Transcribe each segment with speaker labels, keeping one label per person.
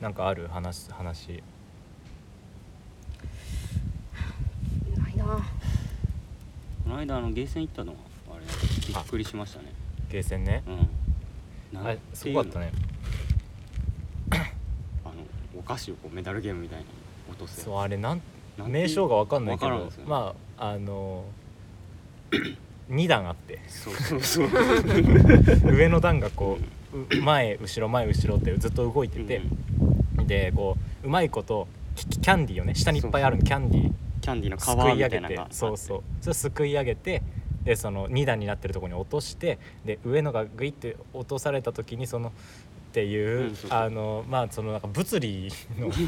Speaker 1: なんかある話す話
Speaker 2: ないな
Speaker 3: この間あのゲーセン行ったのはあれびっくりしましたね
Speaker 1: ゲーセンね
Speaker 3: うん
Speaker 1: あ
Speaker 3: なん
Speaker 1: れ
Speaker 3: て
Speaker 1: す
Speaker 3: いう
Speaker 1: ご
Speaker 3: の
Speaker 1: かったね
Speaker 3: あのお菓子をこうメダルゲームみたいに落とす
Speaker 1: そう
Speaker 3: や
Speaker 1: あれなん
Speaker 3: なんて
Speaker 1: 名称がわかんないけ
Speaker 3: わからん
Speaker 1: ど
Speaker 3: ですよね
Speaker 1: まああの2段あ って
Speaker 3: つそうそう そう
Speaker 1: 上の段がこうう前後ろ前後ろってずっと動いて
Speaker 3: う
Speaker 1: て
Speaker 3: ん
Speaker 1: でこううまいことキキキャンディーをね下にいっぱいあるキャンディー
Speaker 3: キャンディーの
Speaker 1: すくい
Speaker 3: 皮
Speaker 1: 上
Speaker 3: みた
Speaker 1: げ
Speaker 3: いなの
Speaker 1: て
Speaker 3: が
Speaker 1: そうそうそれをすくい上げてでその2段になってるところに落としてで上のがグイって落とされた時にそのっていう、
Speaker 3: うんそうそう
Speaker 1: あのまあそのなんか物理 のゲ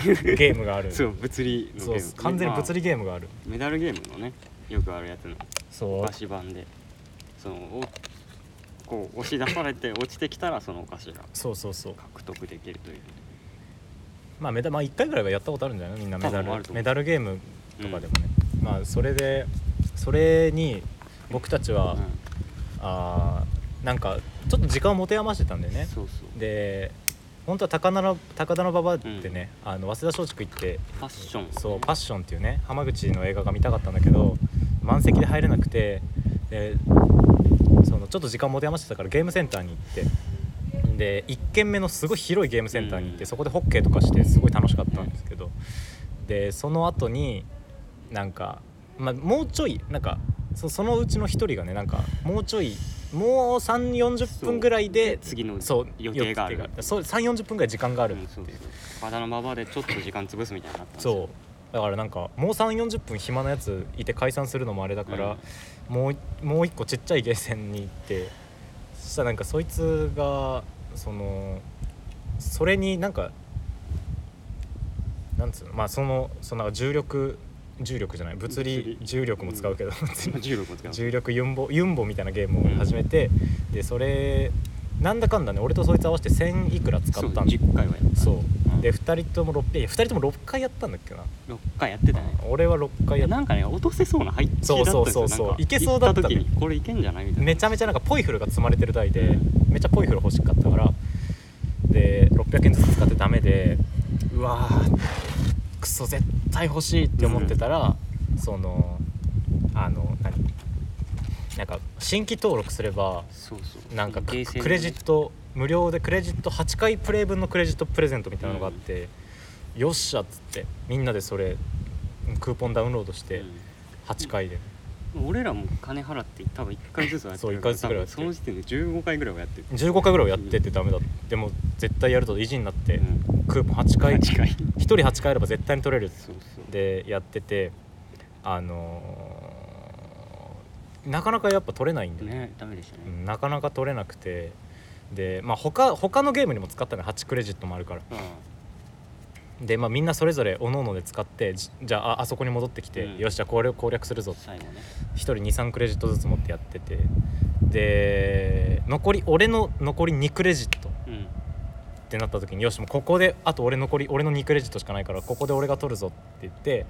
Speaker 1: ームがある
Speaker 3: そう物理のゲー
Speaker 1: そう
Speaker 3: ム
Speaker 1: 完全に物理
Speaker 3: ま
Speaker 1: ゲームがある、
Speaker 3: あメダルゲームのねよくあるやつのお
Speaker 1: そう
Speaker 3: 菓子版でそのおこう押し出されて落ちてきたらそのお菓子が
Speaker 1: そうそうそう
Speaker 3: 獲得できるという
Speaker 1: まあメダまあ1回ぐらいはやったことあるんじゃないみんなメダ
Speaker 3: 多分あると
Speaker 1: ル
Speaker 3: 思う
Speaker 1: メダルゲームとかでもね、まあそれでそれに僕たちは、
Speaker 3: う
Speaker 1: あーなんかちょっと時間を持て余してたんだよね
Speaker 3: んそうそう
Speaker 1: で本当は高田の高田馬場ってね、あの早稲田松竹行って
Speaker 3: ファッション
Speaker 1: そう「パッション」っていうね浜口の映画が見たかったんだけど満席で入れなくてでそのちょっと時間持て余してたからゲームセンターに行ってで1軒目のすごい広いゲームセンターに行って、
Speaker 3: うん
Speaker 1: そこでホッケーとかしてすごい楽しかったんですけど、でその後になんか、まあ、もうちょいなんかそそのうちの1人がねなんかもうちょいもう3 4 0分ぐらいで
Speaker 3: 次の
Speaker 1: そう
Speaker 3: 予定がある
Speaker 1: 予そう3 4 0分ぐらい時間があるっ
Speaker 3: う
Speaker 1: てい
Speaker 3: ん
Speaker 1: う
Speaker 3: そうそう体のままでちょっと時間潰すみたいになったんですよ
Speaker 1: そうだからなんかもう3 4 0分暇なやついて解散するのもあれだから、もうもう一個ちっちゃいゲーセンに行ってそしたらなんかそいつがそのそれになんかなんつうのまあそのそのなんか重力重力じゃない物
Speaker 3: 物
Speaker 1: 理
Speaker 3: 理
Speaker 1: 重力も使うけど、物理
Speaker 3: 重力も使う
Speaker 1: 重力ユンボユンボみたいなゲームを始めて、でそれなんだかんだね俺とそいつ合わせて1000いくら使ったんだ
Speaker 3: そう10回はやった
Speaker 1: そう、
Speaker 3: うん
Speaker 1: で2人とも6いや2人とも6回やったんだっけな
Speaker 3: 6回やってたね
Speaker 1: 俺は6回やっ
Speaker 3: なんかね落とせそうな入って
Speaker 1: そうそうそうそういけそうだったね
Speaker 3: 時にこれいけんじゃないみたいな
Speaker 1: めちゃめちゃなんかポイフルが積まれてる台で
Speaker 3: う
Speaker 1: めっちゃポイフル欲しかったからで600円ずつ使ってダメでうわークソ絶対欲しいって思ってたら、そのあの何なんか新規登録すれば
Speaker 3: そうそう
Speaker 1: なんかク
Speaker 3: ゲーセンのね
Speaker 1: クレジット無料でクレジット8回プレイ分のクレジットプレゼントみたいなのがあって、よっしゃっつってみんなでそれクーポンダウンロードして8回で、
Speaker 3: うん俺らも金払って多分1回ずつはやってる
Speaker 1: そう一回ずつぐらいはや
Speaker 3: 多分
Speaker 1: って
Speaker 3: その時点で15回ぐらいはやってる
Speaker 1: 15回ぐらいはやっててダメだでも絶対やると意地になって、
Speaker 3: うん
Speaker 1: クーポン8回1
Speaker 3: 近い
Speaker 1: 人8回あれば絶対に取れるっつ
Speaker 3: そうそう
Speaker 1: でやっててあのーなかなかやっぱ取れないんだよね
Speaker 3: ねダメでした
Speaker 1: う
Speaker 3: ね
Speaker 1: んなかなか取れなくてでまあ他他のゲームにも使ったね8クレジットもあるから
Speaker 3: うん
Speaker 1: で、まあ、みんなそれぞれおのので使ってじじゃあああそこに戻ってきて、
Speaker 3: うん
Speaker 1: よしじゃあこれを攻略するぞって
Speaker 3: 最後ね
Speaker 1: 1人23クレジットずつ持ってやっててで残り俺の残り2クレジット
Speaker 3: うん
Speaker 1: ってなった時によしもうここであと俺残り俺の2クレジットしかないからここで俺が取るぞって言って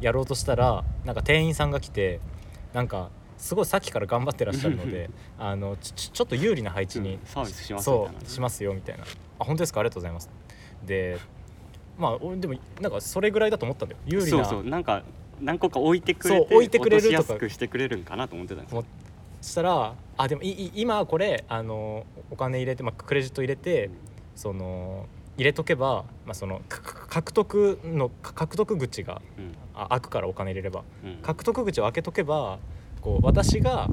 Speaker 1: やろうとしたらなんか店員さんが来てなんかすごいさっきから頑張ってらっしゃるの であのちちちょっと有利な配置に、
Speaker 3: うんサービスしますみた
Speaker 1: そ
Speaker 3: いな
Speaker 1: うしますよみたいな「あ本当ですかありがとうございます」でまあ俺でもなんかそれぐらいだと思ったんだよ有利
Speaker 3: そう
Speaker 1: な
Speaker 3: そうなんか何個か置いてくれ
Speaker 1: そう
Speaker 3: て
Speaker 1: 置いてくれるとか
Speaker 3: 落としやすくしてくれるんかなと思ってたんですよ
Speaker 1: 思したらあでもいい今これあのお金入れて、まあ、クレジット入れてその入れとけば、まあ、そのかか獲得のか獲得口が
Speaker 3: うん
Speaker 1: あ開くからお金入れれば
Speaker 3: うん
Speaker 1: 獲得口を開けとけばこう私が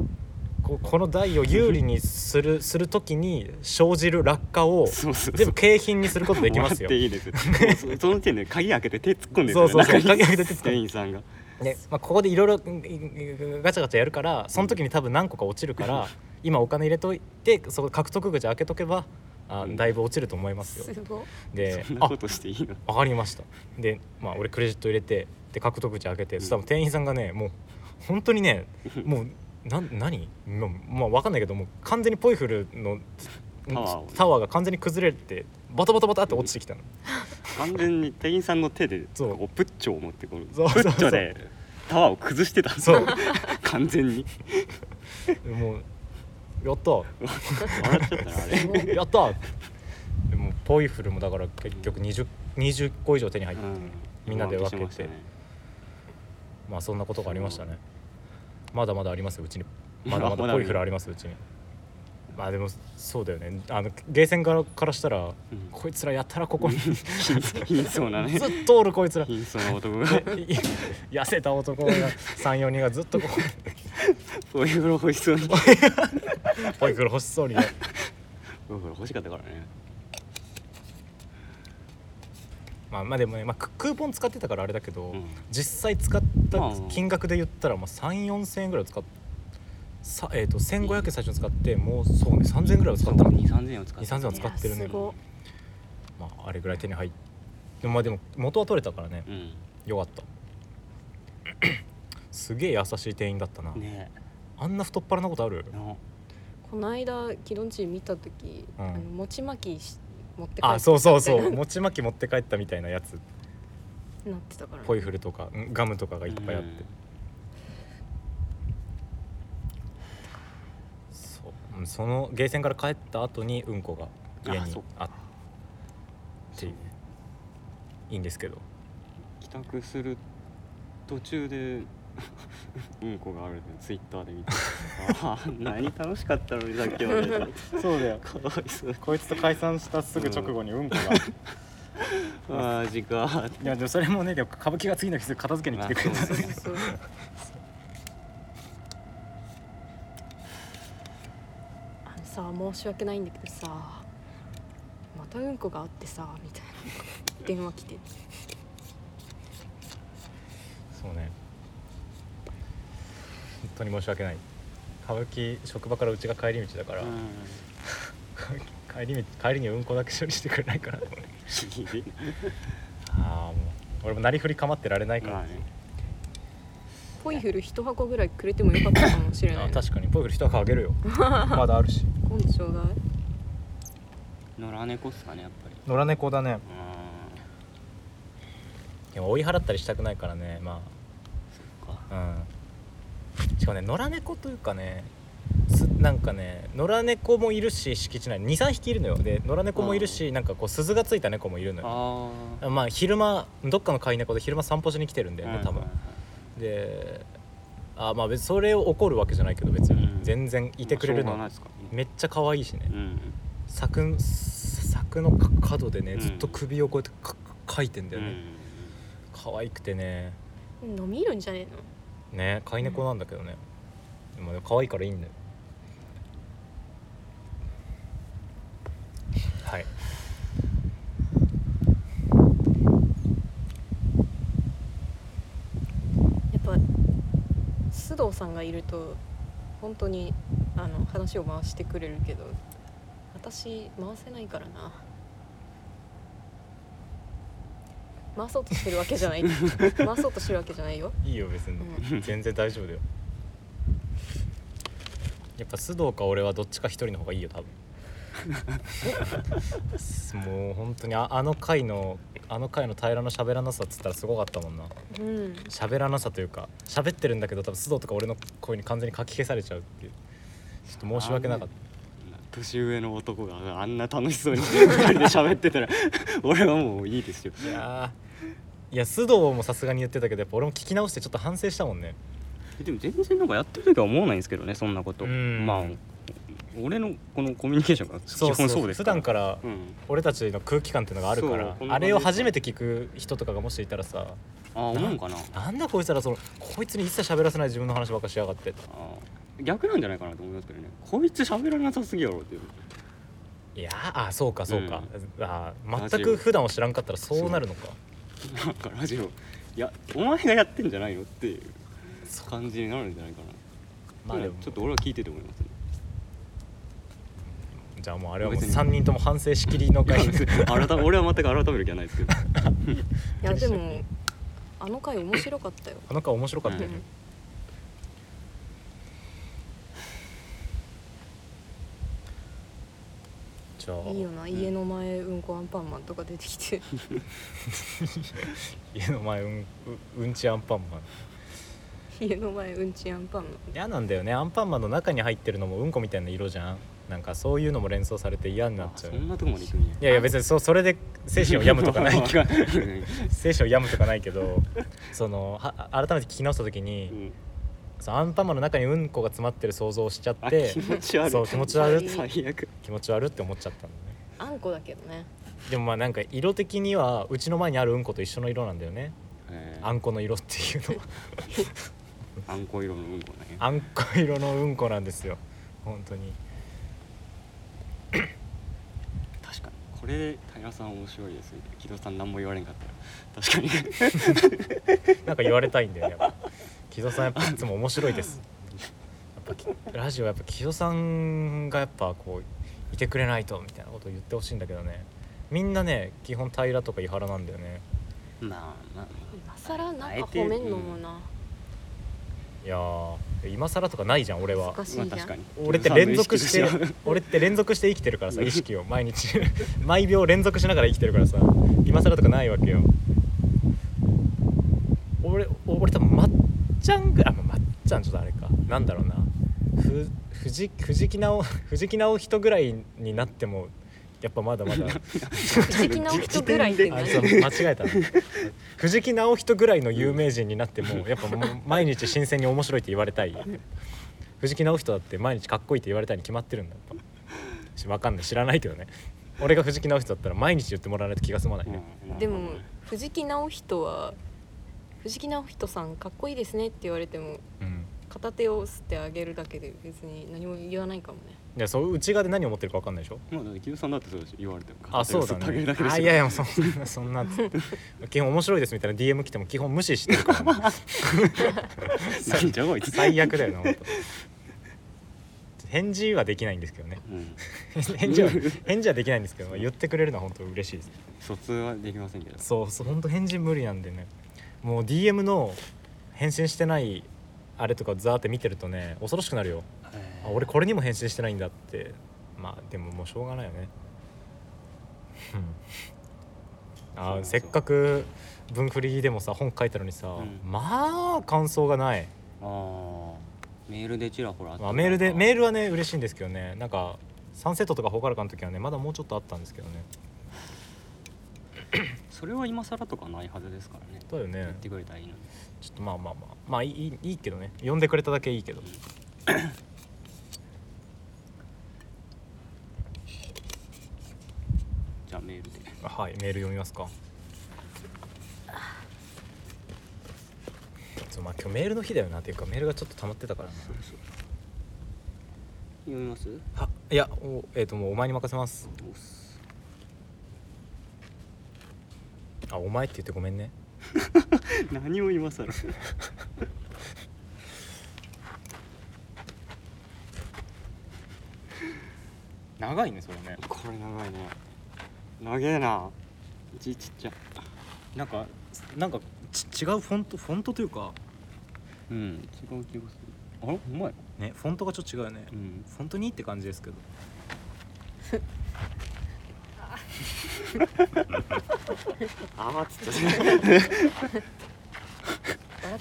Speaker 1: こうこの台を有利にす るする時に生じる落下を
Speaker 3: そうそう
Speaker 1: 全部景品にすることでき ますよ
Speaker 3: もらっ。ていいです そうその時点で鍵開けて手突っ込んでる
Speaker 1: そうそうそう
Speaker 3: 中に
Speaker 1: 鍵開けて手突っ込んで
Speaker 3: 店員さんが
Speaker 1: ねまあ、ここでいろいろガチャガチャやるからその時に多分何個か落ちる から今お金入れといてそこ獲得口開けとけばあだいぶ落ちると思います
Speaker 2: す
Speaker 1: よ。
Speaker 2: ごい
Speaker 1: で
Speaker 3: そんな
Speaker 1: あ
Speaker 3: ことしていいの
Speaker 1: わかりましたで、まあ、俺クレジット入れてで獲得口開けてそしたらもう店員さんがねもう本当にねもうなん何もうまあ分かんないけどもう完全にポイフルの
Speaker 3: タワーをね
Speaker 1: タワーが完全に崩れてバタバタバタって落ちてきたの。
Speaker 3: 完全に店員さんの手で
Speaker 1: そう
Speaker 3: こうプッチョを持ってこる
Speaker 1: そうそうそう
Speaker 3: プッチョでタワーを崩してたんです
Speaker 1: そう
Speaker 3: 完全に
Speaker 1: もうやった
Speaker 3: 笑っちゃったらあれ
Speaker 1: やったでもうポトイフルもだから結局 20, 20個以上手に入って、
Speaker 3: うん
Speaker 1: みんなで分けて
Speaker 3: しましたね
Speaker 1: まあそんなことがありましたねまだまだありますようちにまだ
Speaker 3: あ
Speaker 1: ま
Speaker 3: ま
Speaker 1: だ
Speaker 3: だ
Speaker 1: ポイフルありますうちにまあでもそうだよねあのゲーセンからからしたら、
Speaker 3: ん
Speaker 1: こいつらやたらここ にず
Speaker 3: 貧相なね
Speaker 1: っとおるこいつら
Speaker 3: 貧相な男が
Speaker 1: い痩せた男が34人がずっとここ
Speaker 3: ポイフル欲 しそうにポイ
Speaker 1: にポイフル欲しそうにね
Speaker 3: フル欲しかったからね
Speaker 1: まあまあでもね、まあ、ククーポン使ってたからあれだけど、
Speaker 3: うん
Speaker 1: 実際使った
Speaker 3: まあまあ
Speaker 1: 金額で言ったらまあ3 4千円ぐらい使っさえー、と1500円最初に使ってもうそうね3000円ぐらいは使ったの
Speaker 3: 2 3 0円を使って
Speaker 1: 2 3000は使ってるね
Speaker 2: いやすご
Speaker 1: まあ、あれぐらい手に入ってでもまあでも元は取れたからね
Speaker 3: うん
Speaker 1: よかった すげえ優しい店員だったな、
Speaker 3: ね
Speaker 1: あんな太っ腹なことある
Speaker 3: えの
Speaker 2: この間キロンチ見た時、
Speaker 1: うん
Speaker 2: あの餅巻きし持って帰って
Speaker 1: あそうそうそう 餅巻き持って帰ったみたいなやつ
Speaker 2: なってたから
Speaker 1: ポイフルとかうんガムとかがいっぱいあって、そううんそのゲーセンから帰った後にうんこが家
Speaker 3: あそ
Speaker 1: に
Speaker 3: う
Speaker 1: あっていうねいいんですけど
Speaker 3: 帰宅する途中でうんこがあるのツイッターで見てああ何楽しかったのにさっきまで
Speaker 1: そうだよ
Speaker 3: かわいそう
Speaker 1: こいつと解散したす
Speaker 3: ぐ直後
Speaker 1: にうんこが、
Speaker 3: マジかーって
Speaker 1: いやでもそれもねでも歌舞伎が次の日片付けに来てくれ
Speaker 3: まあ
Speaker 1: た
Speaker 3: そう
Speaker 2: そうそうあのさ申し訳ないんだけどさまたうんこがあってさみたいな電話来て
Speaker 1: そうね本当に申し訳ない歌舞伎職場からうちが帰り道だから、
Speaker 3: う
Speaker 1: 帰り道帰りにうんこだけ処理してくれないかなと思ってああもう俺もなりふり構ってられない
Speaker 3: ん
Speaker 1: から、
Speaker 3: まあね
Speaker 2: ポイフル一箱ぐらいくれてもよかったかもしれな
Speaker 1: あ
Speaker 2: い
Speaker 1: 確かにポイフル一箱あげるよまだあるし
Speaker 2: 今度ちょうだい
Speaker 3: 野良猫っすかねやっぱり
Speaker 1: 野良猫だね
Speaker 3: う
Speaker 1: でも追い払ったりしたくないからねま
Speaker 3: んそっか
Speaker 1: あうんしかもね野良猫というかねすなんかね野良猫もいるし敷地内に23匹いるのよで野良猫もいるし、なんかこう鈴がついた猫もいるのよ
Speaker 3: ああ
Speaker 1: まあ昼間どっかの飼い猫で昼間散歩しに来てるんだよね多分、であまあ別にそれを怒るわけじゃないけど別に、
Speaker 3: うん
Speaker 1: 全然いてくれるの、
Speaker 3: まあしょうがないですからね
Speaker 1: めっちゃ可愛いしね、
Speaker 3: うん
Speaker 1: 柵柵の角でね
Speaker 3: うん
Speaker 1: ずっと首をこうやってかかいてんだよね、
Speaker 3: うん
Speaker 1: 可愛くてね
Speaker 2: 飲みるんじゃねえの
Speaker 1: ね飼い猫なんだけどね、でもでも可愛いからいいんだよはい
Speaker 2: やっぱ須藤さんがいると本当にあの話を回してくれるけど私回せないからな回そうとしてるわけじゃない回そうとしてるわけじゃないよ
Speaker 1: いいよ別に、
Speaker 2: う
Speaker 1: 全然大丈夫だよやっぱ須藤か俺はどっちか一人の方がいいよ多分もう本当にああの回のあの回の平らの喋らなさっつったらすごかったもんな
Speaker 2: うん
Speaker 1: 喋らなさというか喋ってるんだけど多分須藤とか俺の声に完全にかき消されちゃうっていうちょっと申し訳なかっ
Speaker 3: 年上の男があんな楽しそうに二人で喋ってたら 俺はもういいですよ
Speaker 1: たいやーいや須藤もさすがに言ってたけどやっぱ俺も聞き直してちょっと反省したもんね
Speaker 3: でも全然なんかやってる時は思わないんですけどねそんなこと
Speaker 1: うん
Speaker 3: まあ俺のこのコミュニケーションが基本そうで
Speaker 1: 普
Speaker 3: すから
Speaker 1: 段から
Speaker 3: うん
Speaker 1: 俺たちの空気感っていうのがあるか
Speaker 3: そう
Speaker 1: ら
Speaker 3: こんな
Speaker 1: あ
Speaker 3: 感じ
Speaker 1: れを初めて聞く人とかがもしいたらさ
Speaker 3: ああ思うんかな
Speaker 1: なんだこいつらそのこいつに一切喋らせない自分の話ばっかしやがって
Speaker 3: あー逆なんじゃないかなと思いますけどねこいつ喋らなさすぎやろっていう
Speaker 1: いやーあそうかそうか、あー
Speaker 3: ラジオ
Speaker 1: 全く普段を知らんかったらそうなるのか
Speaker 3: なんかラジオいやお前がやってんじゃないのっていう
Speaker 1: そ
Speaker 3: 感じになるんじゃないかな
Speaker 1: まあでも
Speaker 3: ちょっと俺は聞いてて思いますね
Speaker 1: じゃあもうあれはもう
Speaker 3: 別に
Speaker 1: 3人とも反省しきりの回
Speaker 3: いや改め俺は全く改める気はないですけど
Speaker 2: いやでもあの回面白かったよ、
Speaker 1: あの回面白かった
Speaker 2: う
Speaker 1: よね
Speaker 2: ん、
Speaker 1: じゃあ
Speaker 2: いいよな家の前うんこアンパンマンとか出てきて
Speaker 1: 家の前うんううんちアンパンマン
Speaker 2: 家の前うんちアンパンマン
Speaker 1: 嫌なんだよねアンパンマンの中に入ってるのもうんこみたいな色じゃんなんかそういうのも連想されて嫌 になっちゃう
Speaker 3: あそんなとこまで行くんや
Speaker 1: いやいや別にそそれで精神を病むとか ないけど精神を病むとかないけどそのは改めて聞き直した時
Speaker 3: う
Speaker 1: に、
Speaker 3: ん
Speaker 1: そのアンパンマンの中にうんこが詰まってる想像をしちゃっ
Speaker 3: あ
Speaker 1: て
Speaker 3: 気持ち悪い
Speaker 1: そう気持ち悪
Speaker 2: い
Speaker 3: 最悪
Speaker 1: 気持ち悪って思っちゃったんだね
Speaker 2: あんこだけどね
Speaker 1: でもまあなんか色的にはうちの前にあるうんこと一緒の色なんだよね
Speaker 3: えー
Speaker 1: あんこの色っていうの は
Speaker 3: あんこ色のうんこだね
Speaker 1: あんこ色のうんこなんですよ本当に
Speaker 3: 確かにこれ平さん面白いですね木戸さん何も言われんかったら確かに
Speaker 1: なんか言われたいんだよねやっぱ木戸さんやっぱいつも面白いですやっぱきラジオやっぱ木戸さんがやっぱこういてくれないとみたいなことを言ってほしいんだけどねみんなね基本平とか伊原なんだよね
Speaker 3: まあまあ
Speaker 2: 今更なんか褒めんのもな、
Speaker 1: いやー今更とかないじゃん俺は
Speaker 2: 難しい
Speaker 3: まあ
Speaker 2: じゃ
Speaker 3: 確か
Speaker 2: ん
Speaker 3: に
Speaker 1: 俺って連続し
Speaker 3: 木戸さんの
Speaker 1: て
Speaker 3: 意識で
Speaker 1: 俺って連続して生きてるからさ意識を毎日 毎秒連続しながら生きてるからさ今更とかないわけよ俺俺多分まっちゃんぐらいあまあまっちゃんちょっとあれかなんだろうなふ藤木藤木 直藤木直人ぐらいになってもやっぱまだまだ
Speaker 2: 不思議な人ぐらいって
Speaker 1: あ
Speaker 2: 何
Speaker 1: そう間違えたな 藤木直人ぐらいの有名人になって もやっぱもう毎日新鮮に面白いって言われたい藤木直人だって毎日かっこいいって言われたいに決まってるんだやっぱしわかんない知らないけどね俺が藤木直人だったら毎日言ってもらわないと気が済まないね、
Speaker 3: うん
Speaker 2: でも藤木直人は藤木直人さんかっこいいですねって言われても
Speaker 1: うん、
Speaker 2: 片手を吸ってあげるだけで別に何も言わないかもね
Speaker 1: いやそう内側で何を思ってるかわかんないでしょ
Speaker 3: まあだって木戸さんだってそうだし言われても
Speaker 1: あそうだ
Speaker 3: 片手を吸ってあげる
Speaker 1: ね
Speaker 3: だけでしょ
Speaker 1: あいやいやそんなそんな基本面白いですみたいな DM 来ても基本無視してるからね、
Speaker 3: なんじゃこいつ
Speaker 1: 最悪だよな本当返事はできないんですけどね
Speaker 3: う ん
Speaker 1: 返事は返事はできないんですけどまあ言ってくれるのは本当嬉しいです
Speaker 3: 疎通はできませんけど
Speaker 1: そうそう本当返事無理なんでねもう DM の返信してないあれとかザーって見てるとね恐ろしくなるよあ俺これにも返信してないんだってまあでももうしょうがないよね うんあーせっかく文振りでもさ本書いたのにさ、
Speaker 3: うん
Speaker 1: まあ感想がない
Speaker 3: あーメールでちらほらあった
Speaker 1: まあ、メールでメー
Speaker 3: ル
Speaker 1: ルはね嬉しいんですけどねなんかサンセットとかほからかの時はねまだもうちょっとあったんですけどね
Speaker 3: それは今更とかないはずですからね
Speaker 1: だよ
Speaker 3: 言っ
Speaker 1: ね
Speaker 3: てくれたらいいのに
Speaker 1: ちょっとまあまあまあまあいいいいいいけどね呼んでくれただけいいけど
Speaker 3: じゃあメールで
Speaker 1: はいメール読みますかそうまあ今日メールの日だよなっていうかメールがちょっと溜まってたからな
Speaker 3: 読みます
Speaker 1: はいやおえっ、ともうお前に任せます
Speaker 3: おっす
Speaker 1: あお前って言ってごめんね
Speaker 3: 何を今更
Speaker 1: 長いねそれね
Speaker 3: これ長いね長えな字ちっちゃ
Speaker 1: なんかなんかち違うフォントフォントというか
Speaker 3: うん違う気がするあれうまい
Speaker 1: ねフォントがちょっと違うよね
Speaker 3: うん
Speaker 1: 本当にって感じですけど
Speaker 3: あーっつ
Speaker 2: 笑っ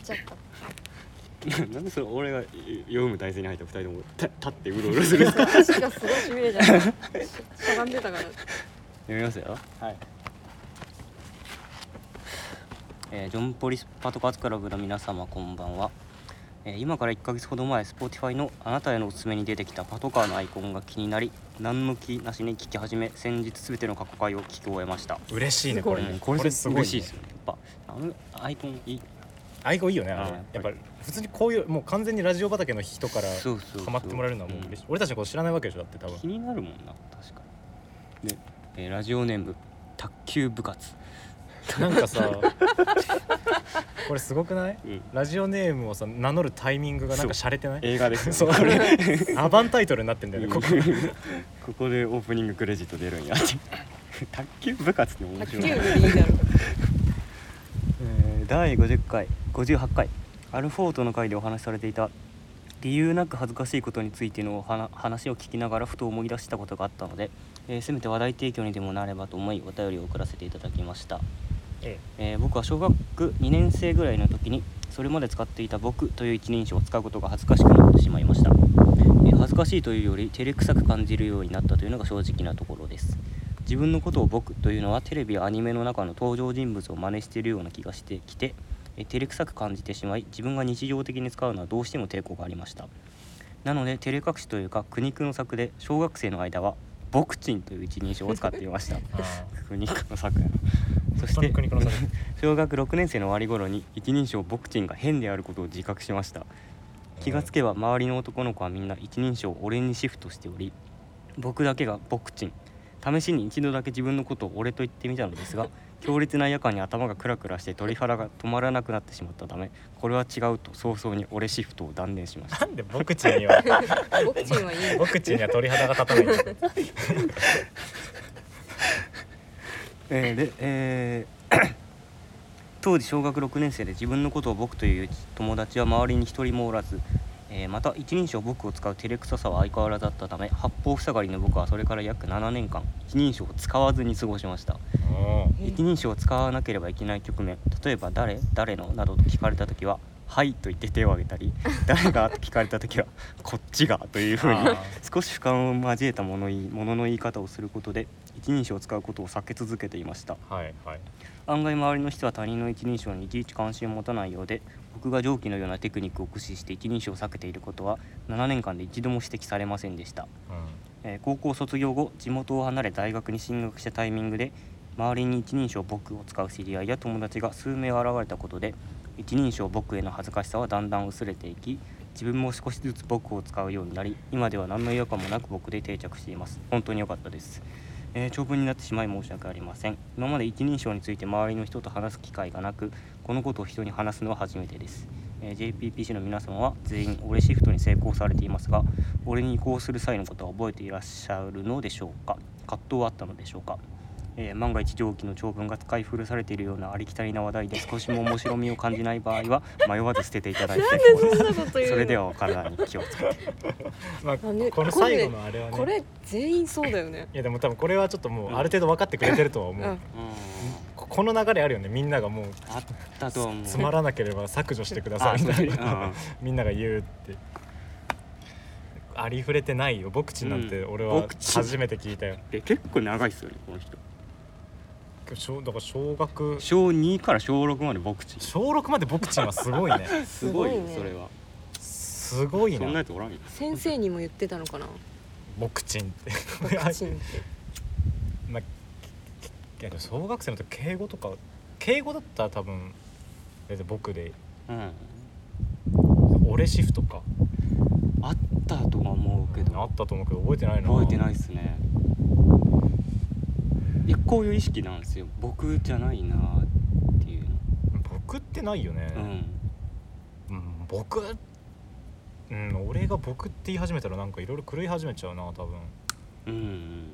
Speaker 2: ちゃった
Speaker 3: って なんでそれ俺が読む大事に入ったら二人ともた立ってうろうろするんですか
Speaker 2: 足がすごいしびれじゃんししゃがんでたから
Speaker 3: 読みますよ
Speaker 1: はい
Speaker 3: えージョンポリスパトカーズクラブの皆様こんばんは、えー今から1ヶ月ほど前 Spotify のあなたへのおすすめに出てきたパトカーのアイコンが気になり何の気なしに聞き始め先日全ての過去回を聞き終えました
Speaker 1: 嬉しいね
Speaker 2: すご
Speaker 1: こ
Speaker 2: い
Speaker 1: れ
Speaker 3: う
Speaker 1: ね
Speaker 3: んこれすごい嬉し
Speaker 1: ね
Speaker 3: いですよねやっぱあのアイコンいい
Speaker 1: アイコンいいよねあ
Speaker 3: あ
Speaker 1: れ
Speaker 3: ー
Speaker 1: やっぱり普通にこういうもう完全にラジオ畑の人から
Speaker 3: そうそうそう
Speaker 1: ハマってもらえるのはもう嬉しい俺たちのこと知らないわけでしょだって多
Speaker 3: うん気
Speaker 1: 分
Speaker 3: になるもんな確かにで、えーラジオネーム卓球部活
Speaker 1: なんかさ これすごくないラジオネームをさ名乗るタイミングがなんか
Speaker 3: そ
Speaker 1: 洒落てない
Speaker 3: 映画ですよ、ね、
Speaker 1: そう
Speaker 3: これ
Speaker 1: アバンタイトルになって んだよねここ
Speaker 3: ここでオープニングクレジット出るんやって 卓球部活って面
Speaker 2: 卓
Speaker 3: 白
Speaker 2: 球
Speaker 3: い
Speaker 2: 部でいいだろ
Speaker 3: えー第50回58回アルフォートの回でお話しされていた理由なく恥ずかしいことについてのお話話を聞きながらふと思い出した ことがあったので、えーせめて話題提供にでもなればと思いお便りを送らせていただきました、
Speaker 1: え
Speaker 3: えー僕は小学2年生ぐらいの時にそれまで使っていた「僕」という一人称を使うことが恥ずかしくなってしまいました、えー恥ずかしいというより照れくさく感じるようになったというのが正直なところです自分のことを「僕」というのはテレビやアニメの中の登場人物を真似しているような気がしてきて、えー照れくさく感じてしまい自分が日常的に使うのはどうしても抵抗がありましたなので照れ隠しというか苦肉の策で小学生の間は「僕ちん」という一人称を使っていました
Speaker 1: えあ
Speaker 3: 苦肉の策やなそ
Speaker 1: ー本
Speaker 3: し
Speaker 1: 当
Speaker 3: て
Speaker 1: に苦肉の策
Speaker 3: 小学6年生の終わり頃に一人称ボクチンが変であることを自覚しました気がつけば周りの男の子はみんな一人称俺にシフトしており僕だけがボクチン試しに一度だけ自分のことを俺と言ってみたのですが強烈な夜間に頭がクラクラして鳥肌が止まらなくなってしまったためこれは違うと早々に俺シフトを断念しました
Speaker 1: なんで僕ちんには
Speaker 2: ボクチンはいいの
Speaker 1: 僕ちんには鳥肌が立たないんだ
Speaker 3: えーでえー 当時小学6年生で自分のことを僕という友達は周りに一人もおらず、えーまた一人称僕を使う照れくささは相変わらずだったため八方塞がりの僕はそれから約7年間一人称を使わずに過ごしました
Speaker 1: うん
Speaker 2: え
Speaker 3: 一人称を使わなければいけない局面例えば誰「誰の?」などと聞かれた時は「はい」と言って手を挙げたり「誰が?」と聞かれた時は「こっちが」というふうに
Speaker 1: あ
Speaker 3: 少し俯瞰を交えたものいものの言い方をすることで一人称を使うことを避け続けていました
Speaker 1: ーはいはい
Speaker 3: 案外周りの人は他人の一人称にいちいち関心を持たないようで僕が上記のようなテクニックを駆使して一人称を避けていることは7年間で一度も指摘されませんでした、
Speaker 1: う
Speaker 3: えー高校卒業後地元を離れ大学に進学したタイミングで周りに一人称僕を使う知り合いや友達が数名現れたことで一人称僕への恥ずかしさはだんだん薄れていき自分も少しずつ僕を使うようになり今では何の違和感もなく僕で定着しています本当に良かったです、えー長文になってしまい申し訳ありません今まで一人称について周りの人と話す機会がなくこのことを人に話すのは初めてです、えー JPPC の皆様は全員俺シフトに成功されていますが俺に移行する際のことは覚えていらっしゃるのでしょうか葛藤はあったのでしょうかえー万が一上記の長文が使い古されているようなありきたりな話題で少しも面白みを感じない場合は迷わず捨てていただいて
Speaker 2: そんなこと言うの
Speaker 3: それではお体に気をつけて
Speaker 1: んまあ
Speaker 2: あね
Speaker 1: この
Speaker 2: これ
Speaker 1: 最後のあれは
Speaker 2: こ
Speaker 1: ね
Speaker 2: れ全員そうだよね
Speaker 1: いやでも多分これはちょっともうある程度分かってくれてるとは思
Speaker 2: う
Speaker 1: うんここの流れあるよねみんながもう
Speaker 3: あったとは思う
Speaker 1: つまらなければ削除してくださ
Speaker 3: あ
Speaker 1: いみたい
Speaker 3: うん
Speaker 1: なみんなが言うってありふれてないよ僕ちなんて
Speaker 3: うん
Speaker 1: 俺は
Speaker 3: 僕ち
Speaker 1: 初めて聞いたよ、
Speaker 3: で結構長いですよねこの人
Speaker 1: 小だから小学
Speaker 3: 小2から小6まで僕ち
Speaker 1: 小6まで僕ちんはすごいね
Speaker 3: すごい
Speaker 2: す
Speaker 3: よ
Speaker 2: ごいね
Speaker 3: それは
Speaker 1: すごい
Speaker 3: そんな
Speaker 1: な
Speaker 3: やつおらんよ
Speaker 2: 先生にも言ってたのかな
Speaker 1: 僕ちんって
Speaker 2: ボクチンって
Speaker 1: まあ、けけど小学生の時敬語とか敬語だったら多分えっと僕で
Speaker 3: うん
Speaker 1: 俺シフトか
Speaker 3: あったとは思うけ
Speaker 1: あ
Speaker 3: ど
Speaker 1: ったと思うけど覚えてないな
Speaker 3: 覚えてない
Speaker 1: い
Speaker 3: っすねいやこういう意識なんですよ僕じゃないなっていうの
Speaker 1: 僕ってないよね、
Speaker 3: うん
Speaker 1: うん、僕うん俺が僕って言い始めたらなんかいろいろ狂い始めちゃうな多分
Speaker 3: うんうんうん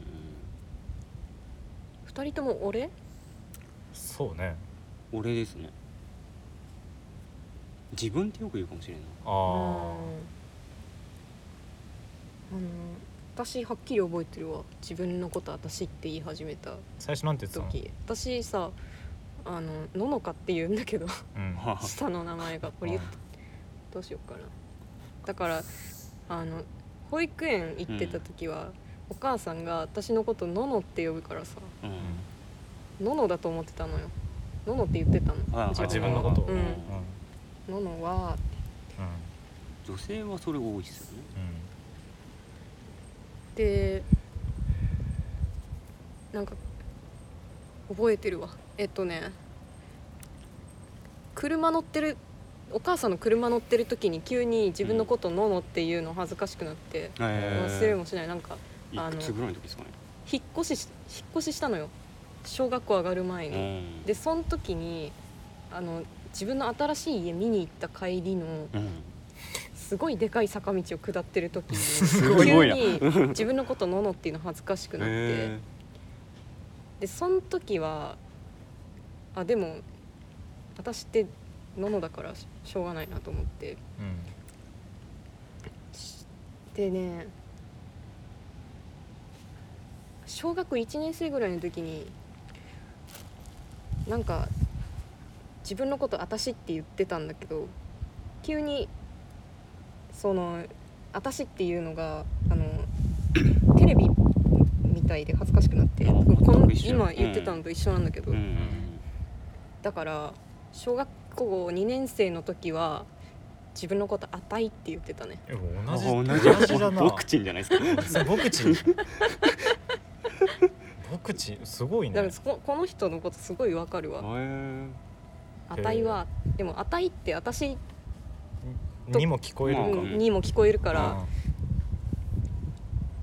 Speaker 2: 二人とも俺
Speaker 1: そうね
Speaker 3: 俺ですね自分ってよく言うかもしれない
Speaker 1: あ
Speaker 2: うんあの私はっきり覚えてるわ自分のこと私って言い始めた
Speaker 1: あ最初なんて言ってたの
Speaker 2: 時私さあのののかって言うんだけど
Speaker 1: うん
Speaker 3: は
Speaker 2: 下の名前がこれ言っどうしようかなだからあの保育園行ってた時は、お母さんが私のこと「のの」って呼ぶからさ
Speaker 3: う
Speaker 2: 「
Speaker 3: ん
Speaker 2: のの」だと思ってたのよ「のの」って言ってたの
Speaker 3: あ
Speaker 1: あ自分のことを
Speaker 2: うん
Speaker 1: うんうん
Speaker 2: 「ののは
Speaker 3: 女性はそれ多いですよね
Speaker 2: でなんか覚えてるわえっとね車乗ってるお母さんの車乗ってる時に急に自分のこと「のの」っていうの恥ずかしくなって
Speaker 1: へ
Speaker 2: 忘れもしないなんか
Speaker 3: いくつぐらいの時ですかね
Speaker 2: 引っ越しし引っ越ししたのよ小学校上がる前に。
Speaker 3: うん
Speaker 2: でその時にあの自分の新しい家見に行った帰りの
Speaker 3: うん
Speaker 2: すごいでかい坂道を下ってる時に
Speaker 3: すごい
Speaker 2: 急
Speaker 3: な
Speaker 2: に自分のこと「のの」っていうの恥ずかしくなって、
Speaker 3: へ
Speaker 2: でその時はあでも私って「のの」だからししょうがないなと思って
Speaker 1: うん
Speaker 2: でね小学1年生ぐらいの時になんか自分のこと「私」って言ってたんだけど急にその「私」っていうのがあのテレビみたいで恥ずかしくなって
Speaker 3: あ
Speaker 2: こ
Speaker 3: 全
Speaker 2: ん
Speaker 3: く一緒
Speaker 2: 今言ってたのと一緒なんだけど、
Speaker 3: うん
Speaker 2: だから小学校2年生の時は自分のこと「あたい」って言ってたね
Speaker 1: え同
Speaker 3: あ
Speaker 1: じ
Speaker 3: 同じ
Speaker 1: 同じだな
Speaker 3: 僕ちんじゃな いですか
Speaker 1: そう僕ちん僕ちんすごい
Speaker 2: だか
Speaker 1: ね
Speaker 2: らそここの人のことすごいわかるわ
Speaker 3: へ
Speaker 2: 「あたいは」でも「あたい」って私
Speaker 1: にも聞こえる
Speaker 3: うん
Speaker 1: か
Speaker 2: にも聞こえるから、
Speaker 1: うん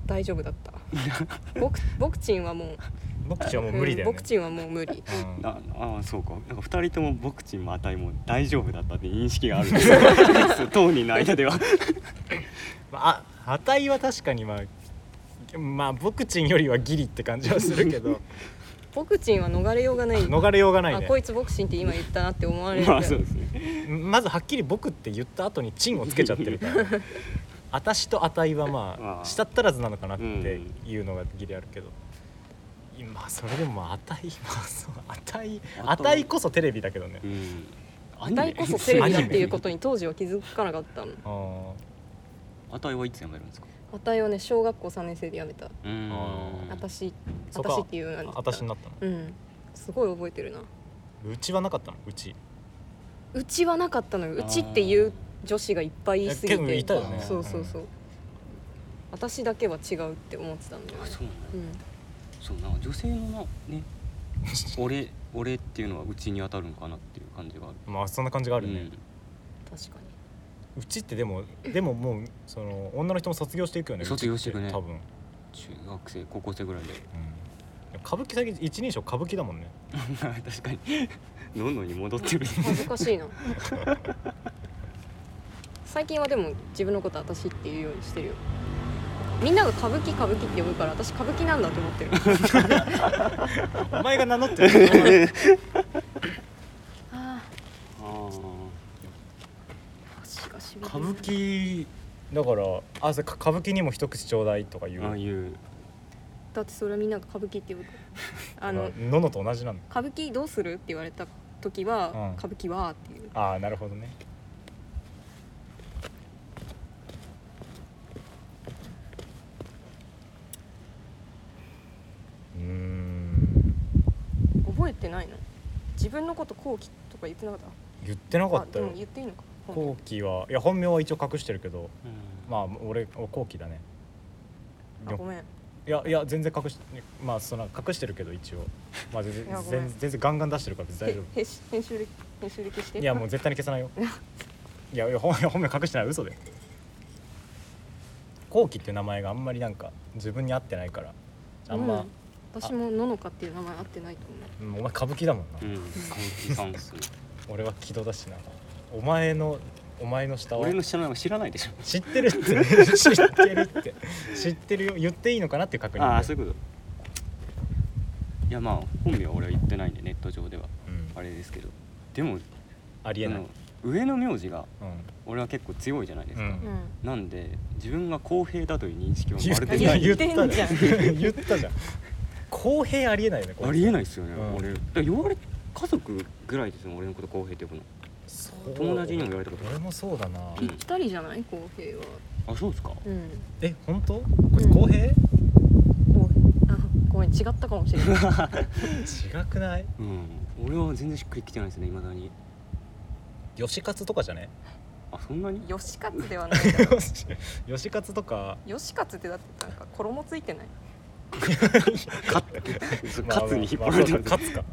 Speaker 2: 大丈夫だった ボクボクチンはもう
Speaker 1: 僕ちんはもう無理だよね
Speaker 2: んボクチンはもう無理
Speaker 1: うん
Speaker 3: ーああーそうかなんか二人とも僕ちんもあたいも大丈夫だったって認識がある 当人の間では
Speaker 1: まああ値は確かにまあまあ僕ちんよりはギリって感じはするけど
Speaker 2: ボクチンは逃れようがない
Speaker 1: 逃れようがない
Speaker 2: あ
Speaker 1: ね
Speaker 2: こいつボクチンって今言ったなって思われる
Speaker 3: まあそうですね
Speaker 1: まずはっきり「僕」って言った後に「チン」をつけちゃってる から「あたし」と「あたい」はま
Speaker 3: あ
Speaker 1: あ
Speaker 3: あ
Speaker 1: 舌足らずなのかなっていうのがギリあるけど、まあそれでもまあ「あたい」まあそう「あたい」「あ
Speaker 3: あと
Speaker 1: たい」こそテレビだけどね
Speaker 3: う、んア
Speaker 2: あ
Speaker 3: ニメ
Speaker 2: たいこそテレビだっていうこと
Speaker 3: アニ
Speaker 2: に当時は気づかなかったの
Speaker 1: あ
Speaker 3: メあたいはいつやめるんですか
Speaker 2: あたいはね小学校3年生でやめた
Speaker 3: うーん
Speaker 1: あー
Speaker 2: 私
Speaker 1: そっか
Speaker 2: 私っていうなん
Speaker 1: あ
Speaker 2: て言った
Speaker 1: あたしになったの
Speaker 2: うんすごい覚えてるな
Speaker 1: うちはなかったのうち
Speaker 2: うちはなかったのようちっていう女子がいっぱいいすぎ
Speaker 1: 結構
Speaker 2: て
Speaker 1: いたよね
Speaker 2: そうそうそう、私だけは違うって思ってたんだよ
Speaker 3: あ
Speaker 2: ね
Speaker 3: そうなんだ
Speaker 2: うん
Speaker 3: そうなんか女性のなね 俺俺っていうのはうちに当たるのかなっていう感じがある
Speaker 1: まあそんな感じがあるね、
Speaker 2: 確かに
Speaker 1: うちってでもでももうその女の人も卒業していくよね
Speaker 3: 卒業していく
Speaker 1: うち
Speaker 3: ね
Speaker 1: って多分、うん
Speaker 3: うん中学生高校生ぐらいで
Speaker 1: 歌舞伎最近一人称歌舞伎だもん ね
Speaker 3: 確かにどんどんに戻ってる
Speaker 2: 恥ずかしいな 最近はでも自分のこと私っていうようにしてるよみんなが歌舞伎歌舞伎って呼ぶから私歌舞伎なんだと思ってる
Speaker 1: お前が名乗ってる
Speaker 2: あ
Speaker 3: あー
Speaker 2: あ足がしびれる
Speaker 1: 歌舞伎だからあそれか歌舞伎にも一口ちょうだいとか言う
Speaker 3: ああいう
Speaker 2: だってそれはみんなが歌舞伎って呼ぶからあの
Speaker 1: ののと同じなの
Speaker 2: 歌舞伎どうするって言われた時は、
Speaker 1: うん
Speaker 2: 歌舞伎はっていう
Speaker 1: ああなるほどねうーん
Speaker 2: 覚えてないの自分のこと後期とか言ってなかった
Speaker 1: 言ってなか
Speaker 2: あ
Speaker 1: った
Speaker 2: で
Speaker 1: よ
Speaker 2: も言っていいのか
Speaker 1: 後期はいや本名は一応隠してるけど
Speaker 3: まあ
Speaker 1: まあ俺後期だね
Speaker 2: あごめん
Speaker 1: いやいや全然隠しまあその隠してるけど一応まあ全然
Speaker 2: いやごめん
Speaker 1: 全然全然ガンガン出してるから別に大丈
Speaker 2: へ編集編集で編集で消して
Speaker 1: 夫いやもう絶対に消さ ないよいやいや本本名隠してない嘘で後期っていう名前があんまりなんか自分に合ってないからあんま
Speaker 2: う、私もののかっていう名前合ってないと思
Speaker 1: う
Speaker 2: う
Speaker 1: んお前歌舞伎だもんな、
Speaker 3: うん歌舞伎さんっすね
Speaker 1: 俺は木戸だしなお前のお前の下は
Speaker 3: 俺の知らない知らないでしょ
Speaker 1: 知ってるって 知ってるって知ってるよ言っていいのかなっていう確認
Speaker 3: ああそういうこといやまあ本名は俺は言ってないんでネット上では
Speaker 1: うん
Speaker 3: あれですけどでも
Speaker 1: ありえない、
Speaker 3: あの上の名字が
Speaker 1: う
Speaker 3: 俺は結構強いじゃないです
Speaker 1: ん
Speaker 3: か、
Speaker 1: うん
Speaker 3: なんで自分が公平だという認識は
Speaker 1: 言
Speaker 3: ま
Speaker 1: っ
Speaker 3: る
Speaker 1: た
Speaker 3: で
Speaker 1: じゃ
Speaker 3: なんい
Speaker 1: 言っ
Speaker 2: 言ったて
Speaker 1: じゃん
Speaker 2: んじゃん
Speaker 1: 言ったじゃん 公平ありえないよねこれ
Speaker 3: ありえないですよね、
Speaker 1: うん
Speaker 3: 俺だから言われ家族ぐらいですよ俺のこと公平って呼ぶの
Speaker 1: そう
Speaker 3: 友達にも言われたことある
Speaker 1: 俺もそうだな
Speaker 2: ぴったりじゃない公平は
Speaker 3: あそうですか
Speaker 2: うん
Speaker 1: え本当これ
Speaker 2: うん
Speaker 1: 公平、
Speaker 2: おあごめん違ったかもしれない
Speaker 1: 違くない
Speaker 3: うん俺は全然しっくりきてないですねいまだに
Speaker 1: 吉勝とかじ ゃね
Speaker 3: あそんなに
Speaker 2: 吉勝ではないだろ
Speaker 1: 吉勝とか
Speaker 2: 吉勝ってだってなんか衣ついてない
Speaker 3: 勝つ
Speaker 1: まあ
Speaker 3: 勝つに引っ
Speaker 1: まあ
Speaker 3: 張られて
Speaker 1: まあ
Speaker 3: る、
Speaker 1: 勝つか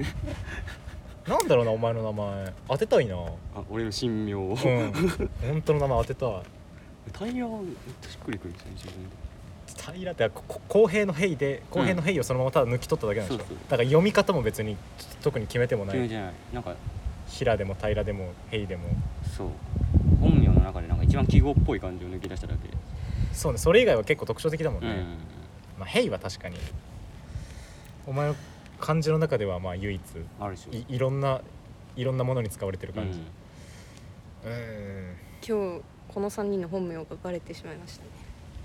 Speaker 1: なんだろうなお前の名前当てたいなうん
Speaker 3: あ俺の神名を、
Speaker 1: 本当の名前当てたい
Speaker 3: タイヤはめっちゃしっくりくるんですよね自分で
Speaker 1: 平ってここ公平の平で公平の平をそのままただ抜き取っただけなんでしょ、
Speaker 3: そうそう
Speaker 1: だから読み方も別に特に決めてもな
Speaker 3: 君
Speaker 1: い
Speaker 3: じゃないなんか
Speaker 1: 平でも平でも平でも
Speaker 3: そう本名の中でなんか一番記号っぽい感じを抜き出しただけ、
Speaker 1: そうねそれ以外は結構特徴的だもん
Speaker 3: う
Speaker 1: ね、
Speaker 3: ん
Speaker 1: まあ「ヘイ」は確かにお前の漢字の中ではまあ唯一
Speaker 3: あるでしょ
Speaker 1: いいろんないろんなものに使われてる
Speaker 3: う
Speaker 1: 感じ
Speaker 3: ん
Speaker 1: うん
Speaker 2: 今日この3人の本名がバレてしまいましたね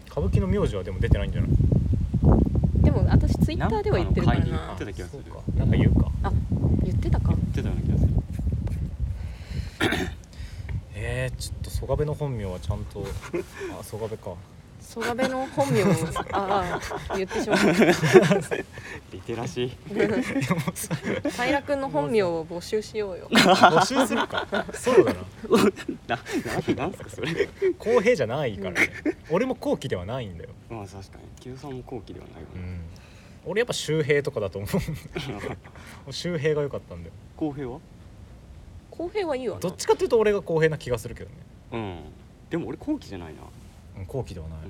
Speaker 1: 歌舞伎の名字はでも出てないんじゃない
Speaker 2: でも私ツイッターでは言ってるから
Speaker 3: なんかの
Speaker 2: な
Speaker 3: 会議言ってた気がする
Speaker 1: そうかなんか言うか
Speaker 2: あ言ってたか
Speaker 1: ソガベの本名はちゃんとあソガベか
Speaker 2: ソガベの本名をああ言ってしまっ
Speaker 3: リテラシー
Speaker 2: た平良君の本名を募集しよ うよ
Speaker 1: 募集するかそうだな
Speaker 3: なななんすかそれ
Speaker 1: 公平じゃないからね俺も後期ではないんだよ、
Speaker 3: まあ確かに Q さんも後期ではないよ
Speaker 1: う
Speaker 3: ね、
Speaker 1: ん、俺やっぱ周平とかだと思う周平が良かったんだよ
Speaker 3: 公平は
Speaker 2: 公平はいいわ
Speaker 1: どっちかっていうと俺が公平な気がするけどね
Speaker 3: うんでも俺後期じゃないな、
Speaker 1: うん後期ではない、
Speaker 3: う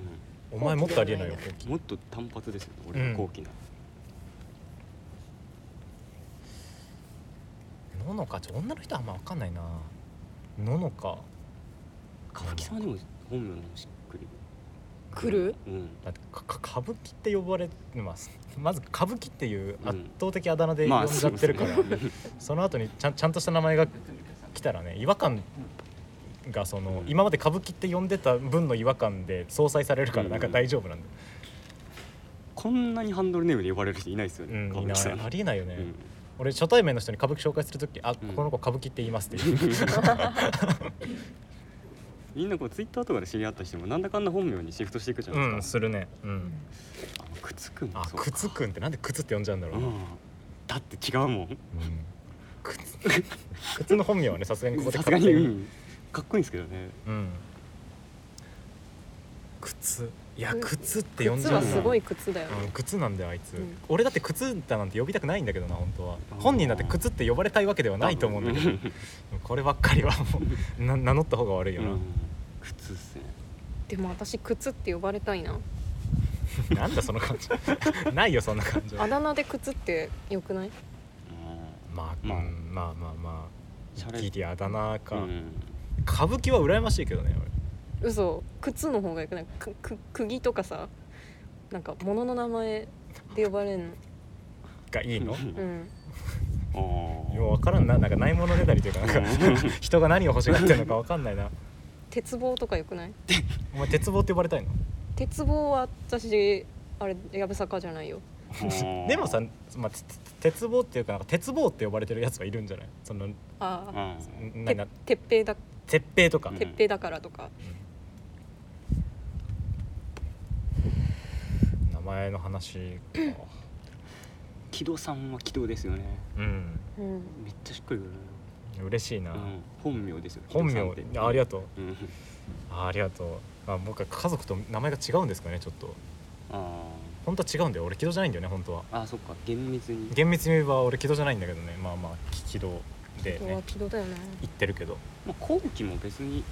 Speaker 1: お前もっとありえないよ後
Speaker 3: ん、
Speaker 1: 期
Speaker 3: もっと単発ですよね俺は後期な、
Speaker 1: ののかちょ女の人はあんま分かんないなののか
Speaker 3: 川木さんはでも本名の方しっくり
Speaker 2: 来る
Speaker 3: うん
Speaker 1: だってかか歌舞伎って呼ばれてます まず歌舞伎っていう圧倒的あだ名で
Speaker 3: ま
Speaker 1: 呼
Speaker 3: あ
Speaker 1: んじゃってるから、
Speaker 3: そうですね
Speaker 1: その後にちゃんちゃんとした名前が来たらね違和感がその、
Speaker 3: うん
Speaker 1: 今まで歌舞伎って呼んでた分の違和感で相殺されるからなんか大丈夫なんだよ、
Speaker 3: こんなにハンドルネームで呼ばれる人いないですよ
Speaker 1: う
Speaker 3: ね、
Speaker 1: ん
Speaker 3: 川
Speaker 1: い
Speaker 3: 木
Speaker 1: な
Speaker 3: さ
Speaker 1: いありえないよね、
Speaker 3: うん
Speaker 1: 俺初対面の人に歌舞伎紹介する時「あ、
Speaker 3: うん
Speaker 1: この子歌舞伎って言います」 って言う
Speaker 3: みんなこうツイッターとかで知り合った人もなんだかんだ本名にシフトしていくじゃない
Speaker 1: うん
Speaker 3: ですか、
Speaker 1: するねうん
Speaker 3: あの靴くんも
Speaker 1: あ
Speaker 3: そうか
Speaker 1: 靴くんってなんで靴って呼んじゃうんだろ
Speaker 3: う
Speaker 1: うな、
Speaker 3: んだって違うもん
Speaker 1: うん靴 靴の本名はねさすがにここで
Speaker 3: さすが
Speaker 1: 勝
Speaker 3: に、
Speaker 1: 手
Speaker 3: うん、かっこいいんですけどね
Speaker 1: うん靴いや
Speaker 2: く
Speaker 1: 靴って呼ん
Speaker 2: 靴
Speaker 1: じゃ
Speaker 2: は
Speaker 1: う
Speaker 2: す
Speaker 1: な
Speaker 2: ごい靴だよ
Speaker 1: うん、靴なんだよあいつ、
Speaker 2: うん
Speaker 1: 俺だって靴だなんて呼びたくないんだけどな本当は
Speaker 3: あー
Speaker 1: 本人だって靴って呼ばれたいわけではないと思うんだけど
Speaker 3: 多分
Speaker 1: こればっかりはもうな 名乗った方が悪いよな、
Speaker 3: うん靴っすね
Speaker 2: でも私靴って呼ばれたいな
Speaker 1: なんだその感情 ないよそんな感情
Speaker 2: あだ名で靴ってよくない
Speaker 1: まあ、
Speaker 3: まあ
Speaker 1: うんまあまあまあ
Speaker 3: シャレ
Speaker 1: ギリあだ名か、
Speaker 3: うん
Speaker 1: 歌舞伎は羨ましいけどね
Speaker 2: 嘘靴の方がよくないくく釘とかさなんか物の名前で呼ばれんの
Speaker 1: 俺がいいの、
Speaker 3: うん
Speaker 2: うん
Speaker 3: あー
Speaker 1: もう分からんななんかないものねだりというかなんか 人が何を欲しがってるのか分かんないな
Speaker 2: 鉄棒とかよくない
Speaker 1: お前鉄棒って呼ばれたいの
Speaker 2: 鉄棒は私あれやぶさかじゃないよ
Speaker 3: あー
Speaker 1: でもさ、まあ、てて鉄棒っていうかなんか鉄棒って呼ばれてるやつはいるんじゃないその
Speaker 2: あ
Speaker 3: う
Speaker 2: あ
Speaker 3: ん
Speaker 1: な
Speaker 2: て
Speaker 1: な
Speaker 2: 鉄平だ
Speaker 1: 鉄平とか、
Speaker 3: うん
Speaker 2: 鉄平だからとか
Speaker 1: 名前の話か
Speaker 3: 木戸さんは木戸ですよね
Speaker 1: うん
Speaker 2: うん
Speaker 3: めっちゃしっくりくるね
Speaker 1: 嬉しいな、
Speaker 3: うん本名ですよ
Speaker 1: 本名
Speaker 3: 木戸さんって
Speaker 1: あありがとう
Speaker 3: うん
Speaker 1: あありがとうあ僕は家族と名前が違うんですかねちょっと
Speaker 3: あ
Speaker 1: 本当は違うんだよ俺木戸じゃないんだよね本当は
Speaker 3: ーあーそっか厳密に
Speaker 1: 厳密に言えば俺木戸じゃないんだけどねまあまあき木戸で
Speaker 2: うわ
Speaker 1: ね
Speaker 2: 気取だよね
Speaker 1: 言ってるけど
Speaker 3: まあ、後期も別に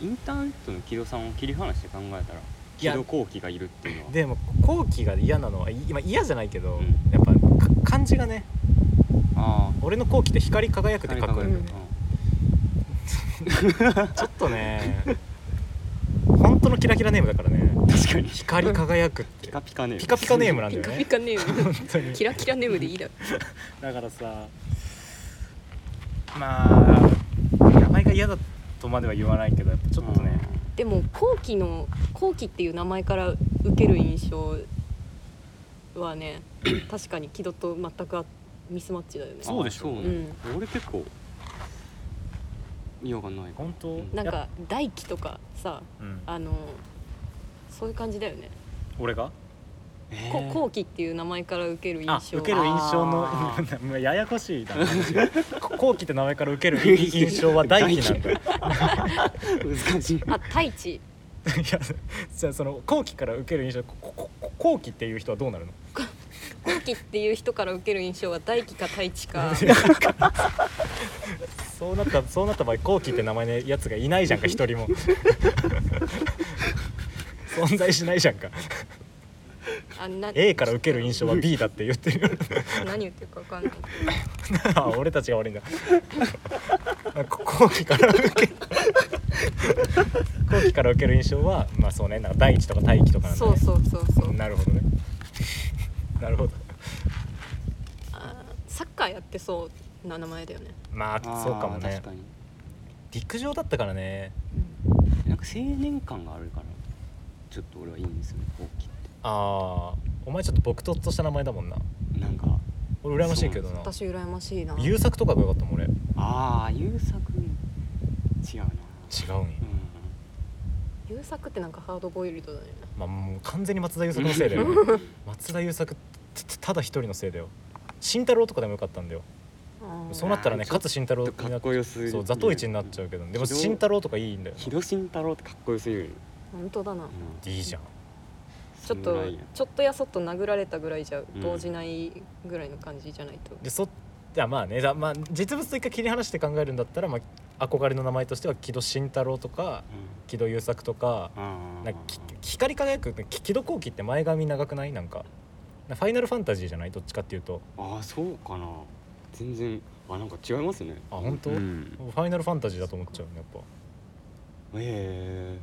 Speaker 3: インターネットの木戸さんを切り離して考えたら木
Speaker 1: や
Speaker 3: 戸後期がいるっていうのは
Speaker 1: でも後期が嫌なのは今嫌じゃないけど、
Speaker 3: うん
Speaker 1: やっぱか漢字がね
Speaker 3: あ
Speaker 1: 俺の後期って光り輝く
Speaker 3: あ
Speaker 1: って書くんだよ
Speaker 2: う
Speaker 1: ね
Speaker 2: ん
Speaker 1: ちょっとね本当のキラキラネームだからね
Speaker 3: 確かに
Speaker 1: 光り輝くって
Speaker 3: ピカピカね
Speaker 1: ピカピカネームなんだ
Speaker 2: ピ
Speaker 1: よ
Speaker 2: カピ
Speaker 1: ね
Speaker 2: カネーム
Speaker 1: 本当に
Speaker 2: キラキラネームでいいだろ
Speaker 1: だからさまあ名前が嫌だとまでは言わないけどやっぱちょっとね
Speaker 2: でも後期の後期っていう名前から受ける印象はね確かに木戸と全くあミスマッチだよね
Speaker 1: そうでしょ
Speaker 3: う、ね俺結構嫌がないか
Speaker 1: 本当
Speaker 2: なん
Speaker 1: やっ
Speaker 2: か大輝とかさ
Speaker 1: うん、
Speaker 2: あのそういう感じだよね、
Speaker 1: 俺が
Speaker 3: え
Speaker 2: こ後期っていう名前から受ける
Speaker 1: あ
Speaker 2: 印象
Speaker 1: 受ける印象
Speaker 3: あ
Speaker 1: の ややこしいだな話がこ後期って名前から受ける印象は大輝なんだいや
Speaker 3: ー、難しい
Speaker 2: あ太一
Speaker 1: じゃあその後期から受ける印象こここ後期っていう人はどうなるの
Speaker 2: 後期っていう人から受ける印象は大輝か太一 か
Speaker 1: そうなったそうなった場合後期って名前のやつがいないじ ゃんか一人も存在しないじゃん か
Speaker 2: あな
Speaker 1: A から受ける印象は B だって言って る
Speaker 2: 何言ってるか分かんないけど
Speaker 1: あ俺たちが悪いん だこ後期から受 け後期から受ける印象はまあそうねなんか第一とか第一とかなんだ、
Speaker 2: そ
Speaker 1: ね、
Speaker 2: うそうそうそう
Speaker 1: なるほど ねなるほど
Speaker 2: あサッカーやってそうな名前だよね、
Speaker 1: まあ そうかも
Speaker 3: あー
Speaker 1: ね
Speaker 3: 確かに
Speaker 1: 陸上だったからね
Speaker 3: なんか青年感があるからちょっと俺はいいんですよね後期っ
Speaker 1: ああお前ちょっと僕とっとした名前だもんな
Speaker 3: てなんか
Speaker 1: 俺羨ましいけどな
Speaker 2: 私羨ましいな
Speaker 1: 優作とかがよかったもん俺違
Speaker 3: ああ優作違うな
Speaker 1: うんや
Speaker 3: うん
Speaker 2: 優作ってなんかハードボイルドだね
Speaker 1: まあもう完全に松田優作のせいだよね 松田優作たたただ一人のせいだよ慎太郎とかでもよかったんだよ
Speaker 2: あー
Speaker 1: そうなったらね
Speaker 3: ちょっ
Speaker 1: 勝慎太郎にな
Speaker 3: かっ
Speaker 1: っちゃ
Speaker 3: こよすぎ
Speaker 1: う
Speaker 3: る
Speaker 1: そう座頭市になっちゃうけどでも
Speaker 3: ひどい
Speaker 1: 慎太郎とかいいんだよ
Speaker 3: 広慎太郎ってかっこよすぎる、
Speaker 2: 本当だな
Speaker 1: いいじゃん
Speaker 2: ちょっと
Speaker 3: 侍や
Speaker 2: ちょっとやそっと殴られたぐらいじゃ
Speaker 3: うん
Speaker 2: 動じないぐらいの感じじゃないと、
Speaker 1: でそっいやまあねだまあ実物と一回切り離して考えるんだったら、まあ、憧れの名前としては木戸慎太郎とか
Speaker 3: う
Speaker 1: 木戸優作とか
Speaker 3: んあー
Speaker 1: なんかき光り輝くき木戸幸輝って前髪長くないなんかファイナルファンタジーじゃないどっちかっていうと
Speaker 3: ああそうかな全然あなんか違いますね
Speaker 1: あ本当
Speaker 3: うん
Speaker 1: ファイナルファンタジーだと思っちゃうねやっぱ
Speaker 3: え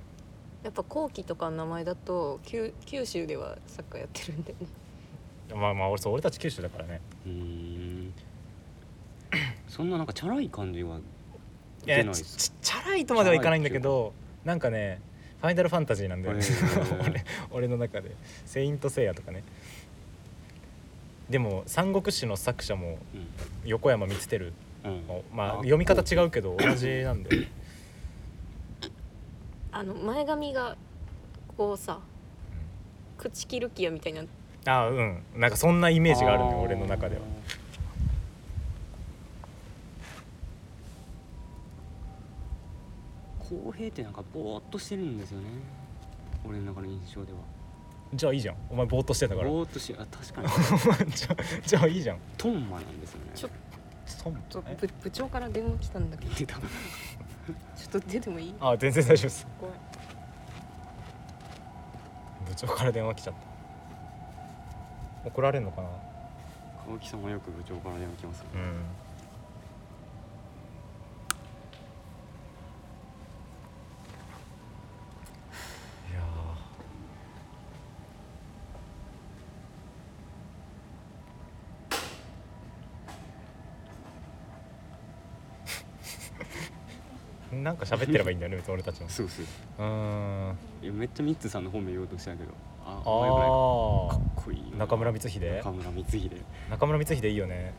Speaker 2: やっぱ後期とかの名前だと九九州ではサッカーやってるんだよね
Speaker 1: まあまあ俺そう俺たち九州だからね
Speaker 3: えうーん そんななんかチャラい感じは
Speaker 1: い
Speaker 3: 出
Speaker 1: や
Speaker 3: ない
Speaker 1: ち
Speaker 3: です
Speaker 1: ちチャラいとまではいかないんだけどなんかねファイナルファンタジーなんだよね
Speaker 3: へ
Speaker 1: 俺 俺の中で「セイント・セイヤ」とかねでも「三国志」の作者も横山光輝
Speaker 3: うんうん
Speaker 1: も まあ読み方違うけど同じなんだよ
Speaker 2: あの前髪がこうさ口切るキアみたいな
Speaker 1: あうんなんかそんなイメージがあるのよ
Speaker 3: ー
Speaker 1: 俺の中では
Speaker 3: 公平ってなんかぼーっとしてるんですよね俺の中の印象では
Speaker 1: じゃあいいじゃんお前ぼーっとしてたから
Speaker 3: ぼーっとしてあ確か に
Speaker 1: じゃあじゃあいいじゃん
Speaker 3: トンマなんですよね
Speaker 2: ちょっ
Speaker 1: そん
Speaker 2: と
Speaker 1: え
Speaker 2: 部部長から電話来たんだけど
Speaker 3: 出た
Speaker 2: ちょっと出てもいい
Speaker 1: あ全然大丈夫です
Speaker 2: ごめん
Speaker 1: 部長から電話来ちゃった怒られんのかな
Speaker 3: 青木さんはよく部長から電話来ますよね
Speaker 1: うんいやーなんか喋ってればいいんだよね別に俺たち も
Speaker 3: そうそう
Speaker 1: うーん
Speaker 3: いやめっちゃミッツさんの本名言おうとしたけどあ
Speaker 1: あ
Speaker 3: あんま良
Speaker 1: あ
Speaker 3: くないかっこいいよな
Speaker 1: 中村光秀
Speaker 3: 中村光秀
Speaker 1: 中村光秀いいよね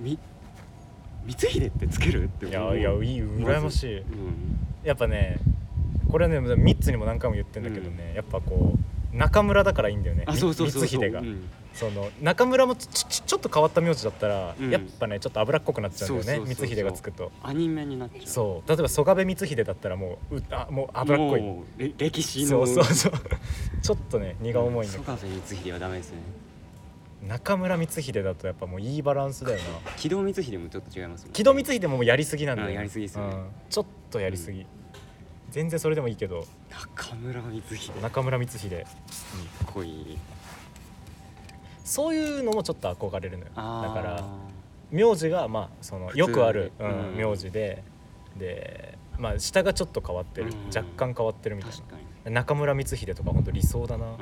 Speaker 3: み光秀ってつけるって
Speaker 1: い
Speaker 3: 思
Speaker 1: や
Speaker 3: う
Speaker 1: いやいい羨ましい
Speaker 3: うん
Speaker 1: やっぱねこれはね3つにも何回も言ってんだけどね、やっぱこう中村だからいいんだよね
Speaker 3: あ
Speaker 1: み
Speaker 3: そうそうそう
Speaker 1: 光
Speaker 3: そう
Speaker 1: 秀が、
Speaker 3: うん
Speaker 1: その中村もちちちちょっと変わった名字だったら、
Speaker 3: うん
Speaker 1: やっぱねちょっと脂っこくなっちゃうんだよ
Speaker 3: そう
Speaker 1: ね
Speaker 3: そうそうそう
Speaker 1: 光秀がつくと
Speaker 3: アニメになっちゃう
Speaker 1: そう例えば曽我部光秀だったらもううあもう脂っこい
Speaker 3: もうれ歴史
Speaker 1: そ
Speaker 3: の
Speaker 1: うそうそうちょっとね荷が重いんだ
Speaker 3: 曽
Speaker 1: け
Speaker 3: 我部光秀はダメですね
Speaker 1: ど中村光秀だとやっぱもういいバランスだよな
Speaker 3: 木戸光秀もちょっと違います
Speaker 1: 木戸光秀ももうやりすぎなんだよ、
Speaker 3: うんやりすぎですよね
Speaker 1: うんちょっとやりすぎ、全然それでもいいけど
Speaker 3: 中村光秀かっ
Speaker 1: 中村光秀
Speaker 3: こいい
Speaker 1: そういうのもちょっと憧れるのよだ
Speaker 3: あー
Speaker 1: から名字がまあそのよくある、
Speaker 3: 普
Speaker 1: う
Speaker 3: 通に
Speaker 1: ん
Speaker 3: うん
Speaker 1: 名字でで、まあ、下がちょっと変わってる、
Speaker 3: うん
Speaker 1: 若干変わってるみたい
Speaker 3: 確かに
Speaker 1: な中村光秀とか本当理想だな、
Speaker 3: うん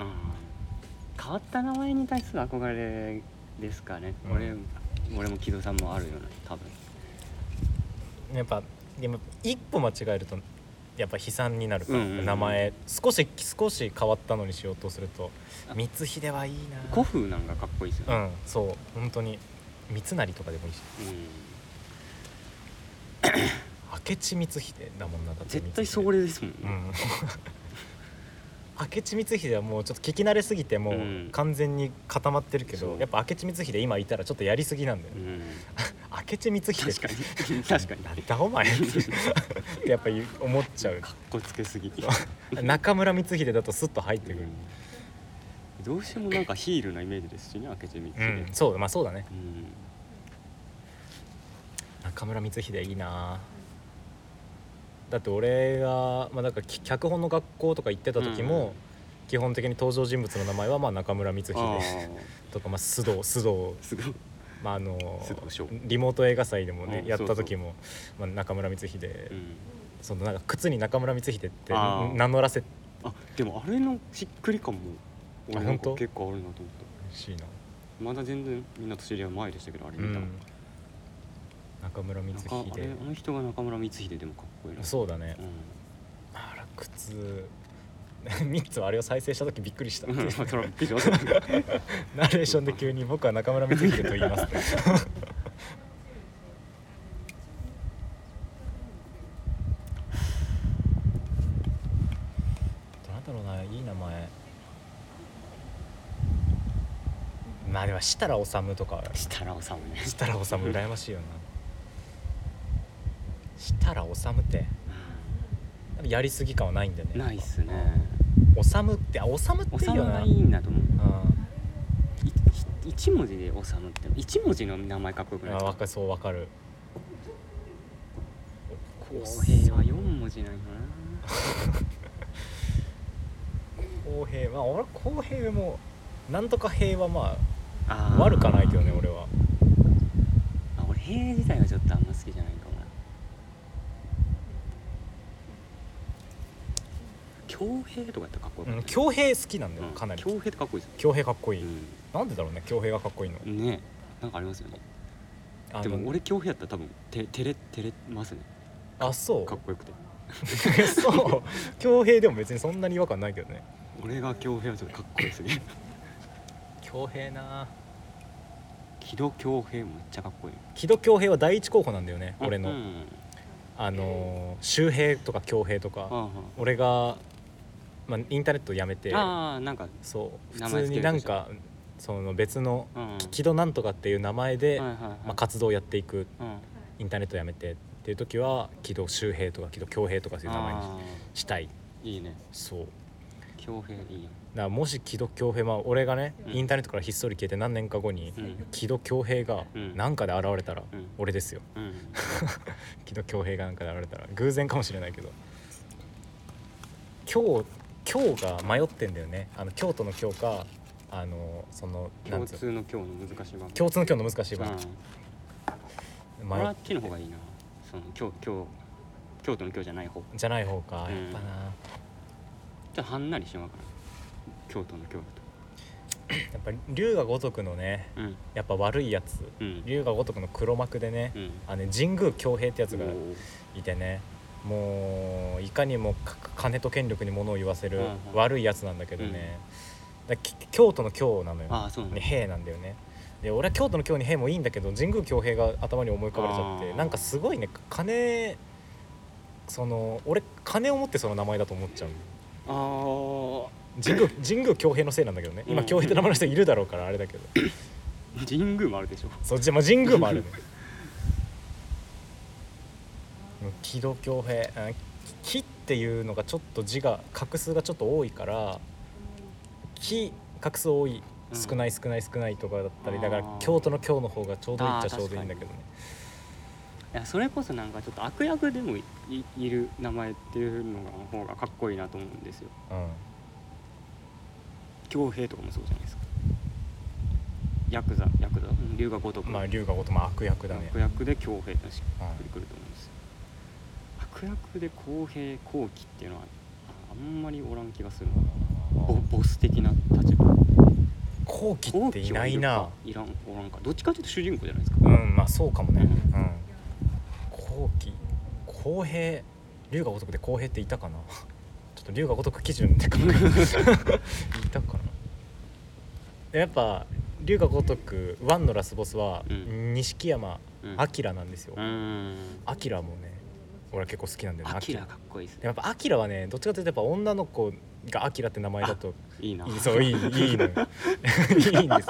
Speaker 3: 変わった名前に対する憧れですかね、
Speaker 1: うん
Speaker 3: 俺俺も木戸さんもあるよね多分
Speaker 1: やっぱでも一歩間違えるとやっぱ悲惨になるから、
Speaker 3: うんうんうん
Speaker 1: 名前少し少し変わったのにしようとすると
Speaker 3: あ
Speaker 1: 光秀はいい
Speaker 3: 古風なんかかっこいいですよ
Speaker 1: なう
Speaker 3: ね、
Speaker 1: んそう本当に三成とかでもいいし明智光秀だもんなだっ
Speaker 3: うん、
Speaker 1: て
Speaker 3: 絶対そ
Speaker 1: 光秀
Speaker 3: れですもんね、
Speaker 1: うん 明智光秀はもうちょっと聞き慣れすぎても
Speaker 3: うん
Speaker 1: う完全に固まってるけど、
Speaker 3: そう
Speaker 1: やっぱ明智光秀今いたらちょっとやりすぎなんだよ、ね
Speaker 3: うん
Speaker 1: 明智光秀
Speaker 3: 確かに確かに
Speaker 1: なんだお前ってやっぱ言う思っちゃう
Speaker 3: かっこつけす ぎ
Speaker 1: 中村光秀だとスッと入ってくる
Speaker 3: うんどうしてもなんかヒールなイメージですしね明智光
Speaker 1: うん、
Speaker 3: 秀
Speaker 1: そうまあそうだね
Speaker 3: うん
Speaker 1: 中村光秀いいなだって俺が、まあ、なんかき脚本の学校とか行ってた時も、基本的に登場人物の名前はまあ中村光
Speaker 3: ああ
Speaker 1: 秀とか、まあ、須藤須藤
Speaker 3: すごい
Speaker 1: まああの
Speaker 3: 須藤翔
Speaker 1: リモート映画祭でもね、
Speaker 3: うん
Speaker 1: やった
Speaker 3: そうそ
Speaker 1: 時
Speaker 3: う
Speaker 1: も、まあ、中村光秀、
Speaker 3: うん
Speaker 1: そのなんか靴に中村光秀って
Speaker 3: あー
Speaker 1: 名乗らせ
Speaker 3: あでもあれのしっくり感も俺なん
Speaker 1: あ
Speaker 3: か
Speaker 1: 本当
Speaker 3: 結構あるなと思った
Speaker 1: しいな、
Speaker 3: まだ全然みんな年入りは前でしたけどあれ
Speaker 1: う
Speaker 3: 見たの、
Speaker 1: ん中村
Speaker 3: なんか
Speaker 1: 光
Speaker 3: あ
Speaker 1: 秀
Speaker 3: れあの人が中村光秀でもかっこいいな
Speaker 1: そうだね
Speaker 3: うん、
Speaker 1: あら靴 ミッツはあれを再生した時びっくりした
Speaker 3: うん、 まあそれはびっくりしましたね
Speaker 1: ナレーションで急に僕は中村光秀と言います、 まあでも設楽治とか
Speaker 3: 設楽治ね
Speaker 1: 設楽治羨ましいよな設楽治ってやりすぎ感はないんだよね
Speaker 3: ないっすね
Speaker 1: 治ってあ治っていい
Speaker 3: 治
Speaker 1: よ
Speaker 3: が
Speaker 1: ない
Speaker 3: いんだと思う
Speaker 1: う
Speaker 3: いい一文字で治って一文字の名前かっこよく
Speaker 1: ん
Speaker 3: ない
Speaker 1: あ
Speaker 3: です
Speaker 1: わ
Speaker 3: か
Speaker 1: かそうわかる
Speaker 3: 公平は四文字なんよ
Speaker 1: 公平まあ俺公平もなんとか平はま
Speaker 3: な
Speaker 1: あ
Speaker 3: あー
Speaker 1: 悪かないけどね俺は
Speaker 3: あ俺平自体はちょっとあんま好きじゃないかもな強兵とかやったらかっこ
Speaker 1: う
Speaker 3: よか
Speaker 1: ん
Speaker 3: ったね
Speaker 1: 恭平好きなんだよ
Speaker 3: うん
Speaker 1: かなり
Speaker 3: 強兵ってかっこいいです
Speaker 1: 恭平かっこいい、
Speaker 3: よ
Speaker 1: なんでだろうね恭平がかっこいいの
Speaker 3: うんねなんかありますよね
Speaker 1: あ
Speaker 3: で
Speaker 1: の
Speaker 3: も俺強兵やったら多分て照れ照れますね
Speaker 1: あそう
Speaker 3: かっこよくて
Speaker 1: そう恭平でも別にそんなに違和感ないけどね
Speaker 3: 俺が強兵はちょっとかっこい いですね
Speaker 1: 恭平な
Speaker 3: 木戸強兵めっちゃかっこいい
Speaker 1: 木戸恭平は第一候補なんだよね俺の、
Speaker 3: うん
Speaker 1: あのー周平とか恭平と
Speaker 3: あ
Speaker 1: か
Speaker 3: あ
Speaker 1: 俺が、まあ、インターネットやめて
Speaker 3: ああなんか
Speaker 1: そう
Speaker 3: 名
Speaker 1: 普
Speaker 3: 前
Speaker 1: 通
Speaker 3: つけ
Speaker 1: に
Speaker 3: る
Speaker 1: なんかその別の
Speaker 3: うん
Speaker 1: 木戸なんとかっていう名前で、
Speaker 3: はいはい
Speaker 1: まあ、
Speaker 3: は
Speaker 1: 活動をやっていく
Speaker 3: いうん
Speaker 1: インターネットやめてっていう時は木戸周平とか木戸恭平とかそういう名前に
Speaker 3: あ
Speaker 1: したい
Speaker 3: ーいいね
Speaker 1: そう
Speaker 3: 強兵いいよ
Speaker 1: だからもし木戸恭平まあ俺がね、
Speaker 3: うん
Speaker 1: インターネットからひっそり消えて何年か後に、
Speaker 3: うん
Speaker 1: 木戸恭平が
Speaker 3: うん
Speaker 1: 何かで現れたら、
Speaker 3: うん
Speaker 1: 俺ですよ
Speaker 3: うん
Speaker 1: 木戸恭平が何かで現れたら偶然かもしれないけど今日今日が迷ってんだよねあの京都の今日かあのそのなん
Speaker 3: 共
Speaker 1: つうの
Speaker 3: 通の今日の難しい番
Speaker 1: 共通の今日の難しい番
Speaker 3: うん
Speaker 1: 迷
Speaker 3: 俺
Speaker 1: っ
Speaker 3: はあっちの方がいいなその今日今日京都の今日じゃない方ちょ
Speaker 1: じゃない方か、
Speaker 3: うん
Speaker 1: やっぱな
Speaker 3: っとはんなりしようかな京都の今日
Speaker 1: やっぱ龍が如くのね
Speaker 3: だとうん
Speaker 1: やっぱ悪いやつ
Speaker 3: うん
Speaker 1: 龍が如くの黒幕でね、
Speaker 3: うん
Speaker 1: あのね神宮恭平ってやつが
Speaker 3: おー
Speaker 1: いてねもういかにもか金と権力に物を言わせる
Speaker 3: うんうん
Speaker 1: 悪いやつなんだけどね、だき京都の京なのよ
Speaker 3: ああそうなん
Speaker 1: に
Speaker 3: だ
Speaker 1: 兵なんだよねで俺は京都の京に兵もいいんだけど神宮恭平が頭に思い浮かばれちゃっ
Speaker 3: あ
Speaker 1: て
Speaker 3: ー
Speaker 1: なんかすごいね金その俺金を持ってその名前だと思っちゃう
Speaker 3: あー
Speaker 1: 神宮神宮恭平のせいなんだけどね今
Speaker 3: うん
Speaker 1: 恭平って名前の人いるだろうからあれだけど
Speaker 3: 神宮もあるでしょ
Speaker 1: そっち、まあ、神宮もあるね木戸恭平あ「木」っていうのがちょっと字が画数がちょっと多いから「木」画数多い
Speaker 3: うん
Speaker 1: 少ない少ない少ないとかだったり、だから
Speaker 3: あー
Speaker 1: 京都の「京」の方がちょうどいいっちゃ
Speaker 3: あー
Speaker 1: ちょうどいいんだけどね
Speaker 3: いやそれこそなんかちょっと悪役でもいいいる名前っていうのが方がかっこいいなと思うんですよ
Speaker 1: うん
Speaker 3: 強兵とかもそうじゃないですかヤクザヤクザ龍が如く
Speaker 1: まあ龍がことまあ悪役だね
Speaker 3: 悪、役で強兵だし
Speaker 1: うん
Speaker 3: くりくると思うんですよ悪役で公平公輝っていうのはああんまりおらん気がするなボボス的な立場
Speaker 1: 後期っていないな
Speaker 3: 公輝はいるかいらんおらんかどっちかっていうと主人公じゃないですか
Speaker 1: うんまあそうかもねうん後期公平龍が如くで公平っていたかな ちょっと龍が如く基準で考え ていたかなでやっぱ龍が如くワンのラスボスは
Speaker 3: うん
Speaker 1: 錦山
Speaker 3: う ん
Speaker 1: 明なんですよ
Speaker 3: うーん
Speaker 1: 明もね俺は結構好きなんだよね
Speaker 3: アキラ
Speaker 1: 明
Speaker 3: かっこいいです
Speaker 1: で
Speaker 3: ね
Speaker 1: やっぱ明はねどっちかというとやっぱ女の子が明って名前だと
Speaker 3: いいない
Speaker 1: いそういいいいのよ いいんです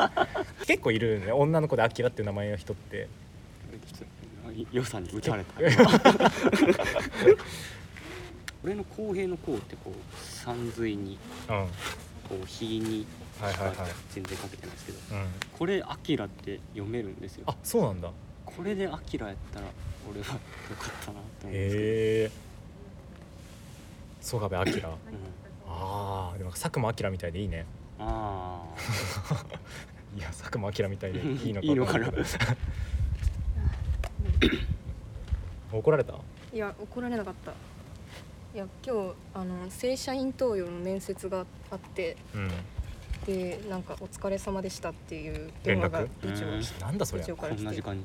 Speaker 1: 結構いるよね女の子で明っていう名前の人って
Speaker 3: ちょっと良さに打たれた俺の公平の公ってこうさんずいに
Speaker 1: うんは
Speaker 3: こう非に
Speaker 1: いはいはい
Speaker 3: 全然かけてないですけど
Speaker 1: うん
Speaker 3: これアキラって読めるんですよ
Speaker 1: あそうなんだへ
Speaker 3: これでアキラやったら俺はよかったなって思うんですけ
Speaker 1: え曽我部明あ
Speaker 3: ど、うん、
Speaker 1: あーでも佐久間明みたいでいいね
Speaker 3: あ
Speaker 1: いや佐久間明みたいでいいのか
Speaker 3: あ いいのかな
Speaker 1: わんない怒られた
Speaker 2: いや怒られなかったいや今日あの正社員登用の面接があって
Speaker 1: うん
Speaker 2: でなんか「お疲れ様でした」っていう電話が
Speaker 1: 連
Speaker 2: 部長
Speaker 3: うん
Speaker 2: 部
Speaker 1: なんだそれ
Speaker 2: 長
Speaker 1: め
Speaker 2: から
Speaker 3: こ んな
Speaker 2: 来
Speaker 3: 時
Speaker 2: て
Speaker 3: 間に
Speaker 1: っ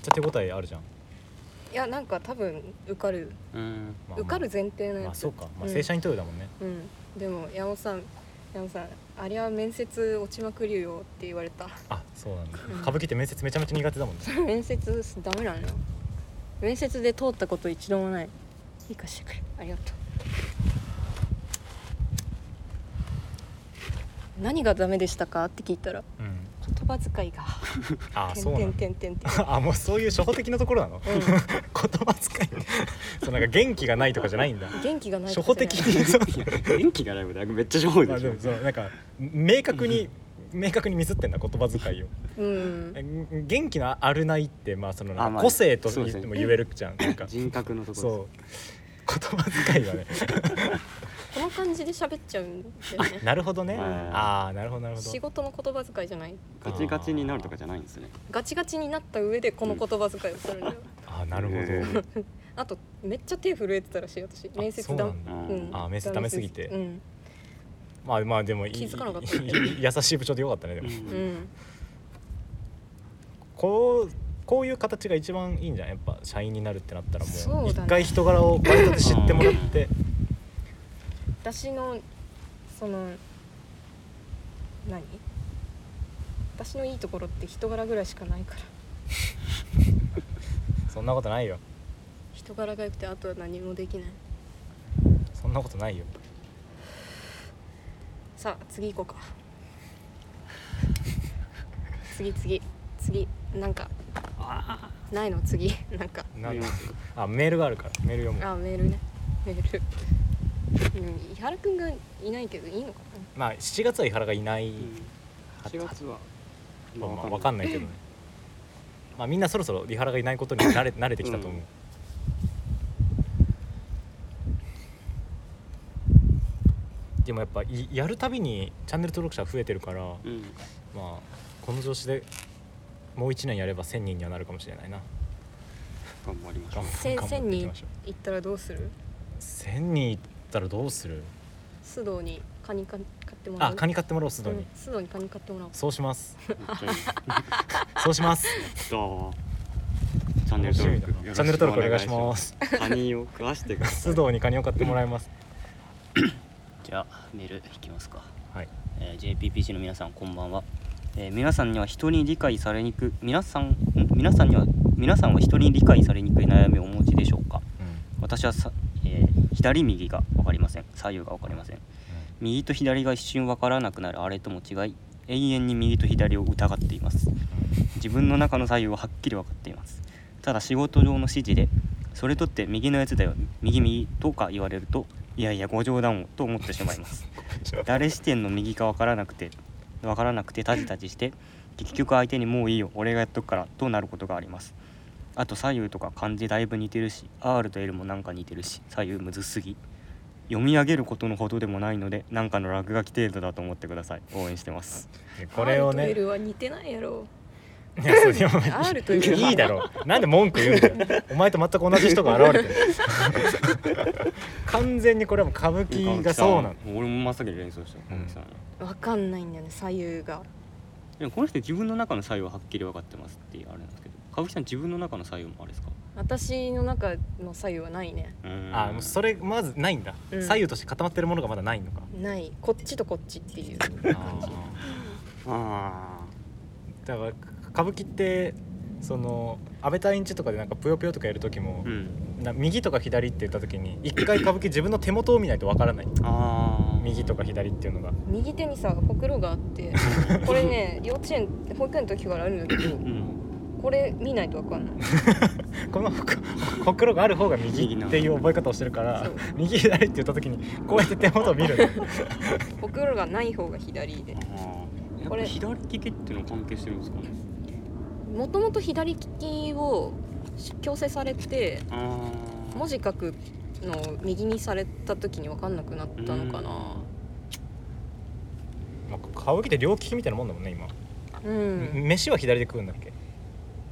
Speaker 1: ちゃ手応えあるじゃん、
Speaker 2: いやなんか多分受かる
Speaker 3: うん
Speaker 1: まあ
Speaker 2: 受かる前提の
Speaker 1: まあ、
Speaker 2: や
Speaker 1: まあ
Speaker 2: つ
Speaker 1: そうか、まあ、
Speaker 2: うん
Speaker 1: 正社員トヨだもんね、
Speaker 2: うんでも山本さん山本さんあれは面接落ちまくるよって言われた
Speaker 1: あそうなんだ
Speaker 2: うん
Speaker 1: 歌舞伎って面接めちゃめちゃ苦手だもんね
Speaker 2: 面接ダメなのよ面接で通ったこと一度もないいいかしてくれありがとう何がダメでしたかって聞いたら
Speaker 1: うん、
Speaker 2: 言葉遣いが
Speaker 1: ああ
Speaker 2: て
Speaker 1: そ
Speaker 2: ん
Speaker 1: うな
Speaker 2: て
Speaker 1: ん
Speaker 2: ん
Speaker 1: だ
Speaker 2: てんてんてん
Speaker 1: あもうそういう初歩的なところなの言
Speaker 2: う
Speaker 1: 葉遣いそうなんか元気がないとかじゃないんだ
Speaker 2: ん元気が ない
Speaker 1: 初歩
Speaker 2: とかじゃ
Speaker 1: 的
Speaker 2: ない
Speaker 1: にそう
Speaker 3: いや元気がないもんねめっちゃしょぼい
Speaker 1: まあ
Speaker 3: でし
Speaker 1: で
Speaker 3: ょ
Speaker 1: もそうなんか明確に明確にミスってんだ言葉遣い を
Speaker 2: うん
Speaker 1: えん元気なあるないってまあその
Speaker 3: あまあ
Speaker 1: 個性と
Speaker 3: そ
Speaker 1: 言
Speaker 3: うで
Speaker 1: っ
Speaker 3: すね
Speaker 1: ても言えるじゃんなんか
Speaker 3: 人格のところ
Speaker 1: そう言葉遣い はね
Speaker 2: この感じで喋っちゃうんだよね
Speaker 1: なるほどね
Speaker 3: はい
Speaker 1: ああなるほどなるほど
Speaker 2: 仕事の言葉遣いじゃない
Speaker 3: ガチガチになるとかじゃないんですね
Speaker 2: ガチガチになった上でこの言葉遣いをするんだよ
Speaker 1: ああなるほど、
Speaker 3: へー
Speaker 2: あとめっちゃ手震えてたらしい私面
Speaker 1: そう
Speaker 2: 接
Speaker 1: な
Speaker 2: だ
Speaker 1: んだ、
Speaker 3: うん
Speaker 1: あ面接ダメすぎて
Speaker 2: うん
Speaker 1: まあまあでもいい
Speaker 2: 気づかなかった
Speaker 1: 優しい部長でよかったねでも、
Speaker 3: うん
Speaker 2: うん
Speaker 1: こうこういう形が一番いいんじゃんやっぱ社員になるってなったら
Speaker 2: そうだ
Speaker 1: もう
Speaker 2: ね
Speaker 1: 一回人柄を割と知ってもらって
Speaker 2: 私のその何私のいいところって人柄ぐらいしかないから
Speaker 1: そんなことないよ
Speaker 2: 人柄が良くてあとは何もできない
Speaker 1: そんなことないよ
Speaker 2: さあ次行こうか次次次なんかないの次なんか
Speaker 1: な
Speaker 3: ありますよ
Speaker 1: あメールがあるからメール読む
Speaker 2: あメールねメールうん伊原くんがいないけどいいのか
Speaker 1: まあ7月は伊原がいない、
Speaker 3: 8月は
Speaker 1: まあまあ、
Speaker 3: わ
Speaker 1: わか
Speaker 3: ん
Speaker 1: んないけどねまあみんなそろそろ伊原がいないことに慣れ慣れてきたと思う、でもやっぱいやるたびにチャンネル登録者増えてるから、
Speaker 3: ないうん
Speaker 1: まあこの調子でもう1年やれば1000人にはなるかもしれないな
Speaker 3: 頑張りましょ
Speaker 1: 頑
Speaker 3: う
Speaker 1: 張
Speaker 2: せん
Speaker 1: 頑張っていきましょう
Speaker 2: 行ったらどうする
Speaker 1: 1000人いったらどうする
Speaker 2: 須藤にカニか買ってもらう
Speaker 1: あカニ買ってもらおう須藤に、
Speaker 2: うん須藤にカニ買ってもらおう
Speaker 1: そうします
Speaker 3: じゃあ
Speaker 1: そうします
Speaker 3: どうチャンネル登録
Speaker 1: 楽しみだなチャンネル登録お願いします
Speaker 3: すカニを食わしてくださ
Speaker 1: 須
Speaker 3: い
Speaker 1: 藤にカニを買ってもらいます
Speaker 3: じゃあメールいきますか
Speaker 1: はい
Speaker 3: えー JPPC の皆さんこんばんは、えー皆さんには人に理解されにく皆さんん皆さんには皆さんは人に理解されにくい悩みをお持ちでしょうか私はさ、えー左右が分かりません左右が分かりません右と左が一瞬分からなくなるあれとも違い永遠に右と左を疑っています自分の中の左右ははっきり分かっていますただ仕事上の指示でそれとって右のやつだよ右右とか言われるといやいやご冗談をと思ってしまいます誰視点の右か分からなくて分からなくてタジタジして結局相手に「もういいよ俺がやっとくから」となることがありますあと左右とか漢字だいぶ似てるし R と L もなんか似てるし左右むずすぎ読み上げることのほどでもないのでなんかの落書き程度だと思ってください応援してます
Speaker 1: うんこれを
Speaker 2: R と
Speaker 1: ね
Speaker 2: L は似てないやろ
Speaker 1: いやそれお前
Speaker 2: R と L
Speaker 1: いいだろなんで文句言うんだよお前と全く同じ人が現れて る完全にこれはもう歌舞伎がそうなの
Speaker 3: 俺もまさき連想した
Speaker 1: うん
Speaker 3: さん
Speaker 2: わかんないんだよね左右が
Speaker 3: でもこの人自分の中の左右ははっきり分かってますっていうあれなんですけど歌舞伎さん自分の中の左右もあれですか
Speaker 2: 私の中の左右はないね
Speaker 1: あもうそ
Speaker 3: れ
Speaker 1: れまずないんだ、
Speaker 2: うん
Speaker 1: 左右として固まってるものがまだないのか
Speaker 2: ないこっちとこっちっていう
Speaker 3: あ
Speaker 1: だから歌舞伎ってその安倍隊員中とかでなんかぷよぷよとかやる時も
Speaker 3: ーう、ん
Speaker 1: な右とか左って言った時に一回歌舞伎自分の手元を見ないとわからない
Speaker 3: ああ
Speaker 1: 右とか左っていうのが
Speaker 2: 右手にさほくろがあ ってこれね幼稚園保育園の時からあるんだけど
Speaker 3: うん
Speaker 2: これ見ないとわかんない
Speaker 1: このほくほくろがある方が右っていう覚え方をしてるから
Speaker 2: そう
Speaker 1: 右左って言った時にこうやって手元を見るんだよ
Speaker 2: ほくろがない方が左で
Speaker 3: あ
Speaker 2: こ
Speaker 3: こ
Speaker 2: れ
Speaker 3: れ左利きっていうの関係してるんですかね
Speaker 2: もともと左利きを強制されて
Speaker 3: ああ
Speaker 2: 文字書くのを右にされた時にわかんなくなったのかな
Speaker 1: まあ歌舞伎って両利きみたいなもんだもんね今、
Speaker 2: うん、
Speaker 1: 飯は左で食うんだっけ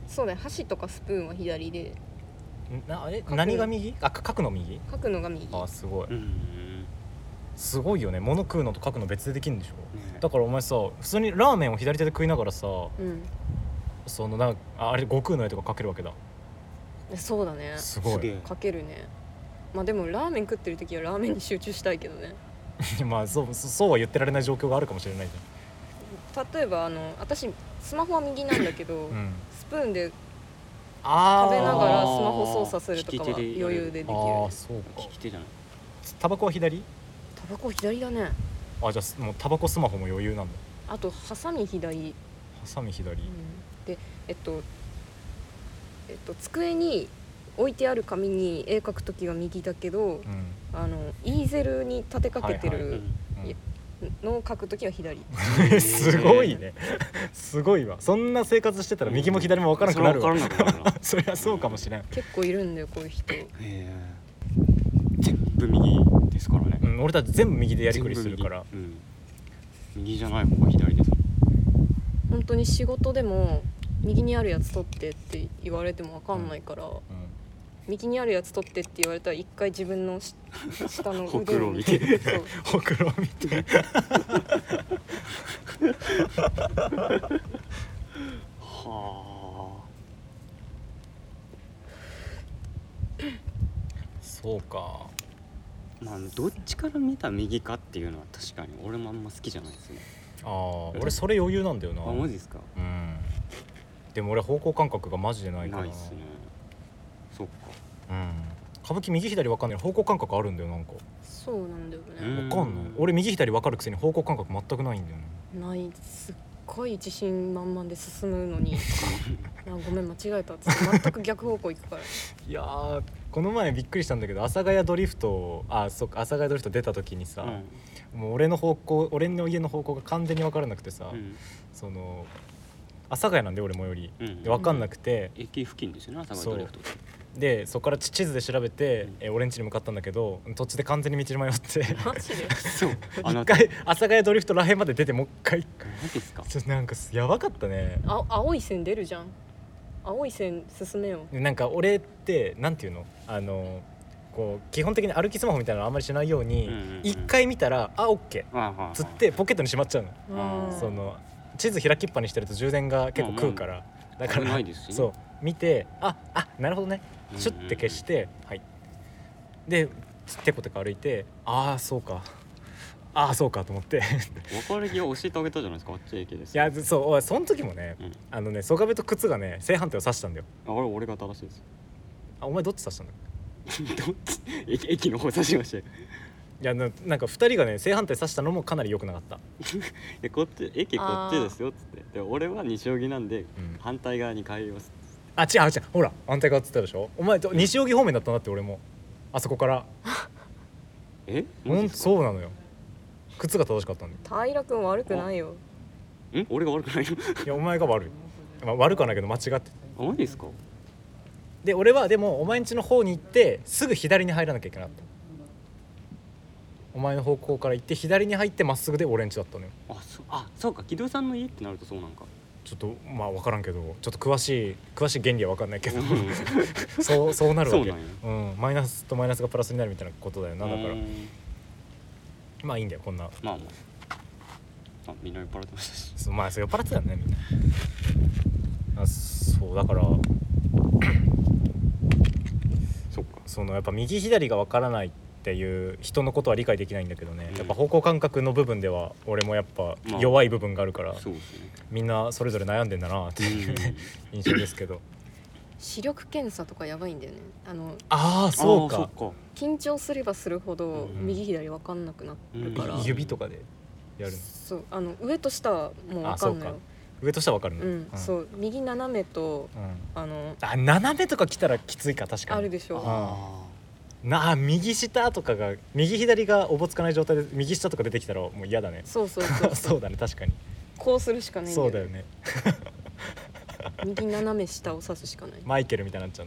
Speaker 2: そうだね箸とかスプーンは左で
Speaker 1: なえ
Speaker 2: く
Speaker 1: 何が右あか書くの右
Speaker 2: 書くのが右
Speaker 1: あすごい
Speaker 3: うん
Speaker 1: すごいよね物食うのと書くの別でできるんでしょ
Speaker 3: ね
Speaker 1: だからお前さ普通にラーメンを左手で食いながらさ
Speaker 2: うん
Speaker 1: そのなんかああれ悟空の絵とか描けるわけだ
Speaker 2: そうだね
Speaker 1: すご
Speaker 3: すげ
Speaker 1: い
Speaker 3: え
Speaker 2: かけるねまあでもラーメン食ってる時はラーメンに集中したいけどね
Speaker 1: まあそうそそうは言ってられない状況があるかもしれないじ
Speaker 2: 例えばあの私スマホは右なんだけど、
Speaker 1: ゃん、うん、
Speaker 2: スプーンで
Speaker 1: あ
Speaker 2: 食べながら
Speaker 3: あ
Speaker 2: ス
Speaker 3: ー
Speaker 2: マホ操作するとかは
Speaker 3: 利
Speaker 2: 余
Speaker 3: き手でやれる
Speaker 2: 裕でできる
Speaker 1: ああそうか
Speaker 3: 利き手じゃない
Speaker 1: タバコは左
Speaker 2: タバコ左だね
Speaker 1: ああじゃあもうタバコスマホも余裕なんだ
Speaker 2: あとハサミ左、
Speaker 1: ハサミ左、
Speaker 2: でえっとえっと机に置いてある紙に絵描く時は右だけど、
Speaker 1: うん
Speaker 2: あのイーゼルに立てかけて
Speaker 1: はい
Speaker 3: うん
Speaker 2: る
Speaker 1: うん
Speaker 2: いやのを描く時は左、
Speaker 1: え すごいねすごいわそんな生活してたら右も左も分からなくなるわ
Speaker 3: それは分からなく なるな
Speaker 1: そりゃそうかもしれん、
Speaker 2: 結構いるんだよこういう人
Speaker 3: えー全部右ですからね
Speaker 1: うん、俺たち全部右でやりくりするから
Speaker 3: 全部右,、うん、右じゃない方が左です
Speaker 2: 本当に仕事でも右にあるやつ取ってって言われても分かんないから、
Speaker 1: う
Speaker 2: 右にあるやつ取ってって言われたら一回自分のし下の
Speaker 3: ほ
Speaker 2: 腕
Speaker 3: くろ
Speaker 2: を
Speaker 3: を見
Speaker 2: 見
Speaker 3: て
Speaker 2: てそう
Speaker 1: うんほくろ見て
Speaker 3: は
Speaker 1: そうか
Speaker 3: あまあどっちから見た右かっていうのは確かに俺もあんま好きじゃないですね
Speaker 1: あー俺それ余裕なんだよな
Speaker 3: あマジですか
Speaker 1: うんでも俺方向感覚がマジでないから
Speaker 3: ないっすねそっか
Speaker 1: うん歌舞伎右左分かんない方向感覚あるんだよなんか
Speaker 2: そうなんだよ
Speaker 3: うん
Speaker 2: ね、
Speaker 1: 分かんない俺右左分かるくせに方向感覚全くないんだよね
Speaker 2: ないすっごい自信満々で進むのにあごめん間違えたっつって全く逆方向行くから
Speaker 1: いやーこの前びっくりしたんだけど阿佐ヶ谷ドリフトあそっか阿佐ヶ谷ドリフト出た時にさ、
Speaker 3: うん
Speaker 1: もう俺の方向俺の家の方向が完全に分からなくてさ、
Speaker 3: うん
Speaker 1: その阿佐ヶ谷なんで俺もより
Speaker 3: うん
Speaker 1: で分かんなくて、
Speaker 3: 駅付近ですよね朝ドリフトって
Speaker 1: でそこから地図で調べて、
Speaker 3: うん
Speaker 1: え俺ん家に向かったんだけど途中で完全に道に迷って
Speaker 2: マジで
Speaker 3: そう あ
Speaker 1: 一
Speaker 3: なた
Speaker 1: 回阿佐ヶ谷ドリフトらへんまで出てもう一回
Speaker 3: 何ですか
Speaker 1: ちょっとなんかすやばかったね
Speaker 2: あ青い線出るじゃん青い線進めよ
Speaker 1: でなんか俺ってなんていうのあのこう基本的に歩きスマホみたいなのあんまりしないよう
Speaker 3: うん
Speaker 1: に
Speaker 3: うんうん
Speaker 1: 一、回見たらあオッケ
Speaker 3: はいはいはい
Speaker 1: ーつってポケットにしまっちゃうの、
Speaker 2: う、
Speaker 3: あー
Speaker 2: うん
Speaker 1: その地図開きっぱにしてると充電が結構食うから、だから
Speaker 3: 危ないですしね
Speaker 1: そう見てああなるほどねシュッて消して、はいでテコテコ歩いてああそうかああそうかと思って
Speaker 3: 別れ際教えてあげたじゃないですかあっち駅です
Speaker 1: いやそうおいその時もね
Speaker 3: うん
Speaker 1: あのねソガベと靴がね正反対を指したんだよ
Speaker 3: あ俺俺が正しいです
Speaker 1: あお前どっち指したんだ
Speaker 3: どっち駅駅の方指しましたよ
Speaker 1: いやななんか2人がね正反対指したのもかなり良くなかった、
Speaker 3: でこっち駅こっちですよっつってで俺は西荻なんで
Speaker 1: うん
Speaker 3: 反対側に帰ります
Speaker 1: あ違う違うほら反対側っつったでしょお前と西荻方面だったなって俺もあそこから
Speaker 3: え
Speaker 1: ほんとそううなのよ靴が正しかったんだよ
Speaker 2: 平君悪くないよ
Speaker 3: ん俺が悪くないの
Speaker 1: いやお前が悪い、まあ、悪くはないけど間違って
Speaker 3: あマジですか
Speaker 1: で俺はでもお前ん家の方に行ってすぐ左に入らなきゃいけなかったお前の方向から行って左に入ってまっすぐで俺ん家だったのよ
Speaker 3: あそあそうか木戸さんの家ってなるとそうなんか
Speaker 1: ちょっとまあ分からんけどちょっと詳しい詳しい原理は分かんないけど
Speaker 3: うん
Speaker 1: そうそうなるわけ
Speaker 3: そうなんや
Speaker 1: うん、マイナスとマイナスがプラスになるみたいなことだよなだから
Speaker 3: うーん
Speaker 1: まあいいんだよこんな
Speaker 3: まあまああみんな酔っ払ってましたし
Speaker 1: そうまあそう酔っ払ってたよねみんなあそうだから
Speaker 3: そっか
Speaker 1: そのやっぱ右左が分からないっていう人のことは理解できないんだけどね、
Speaker 3: うん
Speaker 1: やっぱ方向感覚の部分では俺もやっぱ
Speaker 3: まあ
Speaker 1: 弱い部分があるから、
Speaker 3: そうですね
Speaker 1: みんなそれぞれ悩んでんだなっていうね、印象ですけど
Speaker 2: 視力検査とかやばいんだよねあの
Speaker 1: ああそう
Speaker 3: あー
Speaker 1: か
Speaker 3: そっか
Speaker 2: 緊張すればするほど
Speaker 1: うん
Speaker 2: 右左分かんなくなるから、
Speaker 3: うん
Speaker 1: 指とかでやるの
Speaker 2: そうあの上と下はもう分かんない
Speaker 1: あそう
Speaker 2: よ
Speaker 1: か上と下分かるの、
Speaker 2: う
Speaker 1: うん
Speaker 2: ん、そう右斜めと
Speaker 1: うん
Speaker 2: あの
Speaker 1: あ斜めとか来たらきついか確かに
Speaker 2: あるでしょ
Speaker 3: あ
Speaker 1: なあ右下とかが右左がおぼつかない状態で右下とか出てきたらもう嫌だね
Speaker 2: そうそ うそう
Speaker 1: そうだね確かに
Speaker 2: こうするしかないんだ
Speaker 1: そ
Speaker 2: よ
Speaker 1: うだよね
Speaker 2: 右斜め下を指すしかない
Speaker 1: マイケルみたいになっちゃ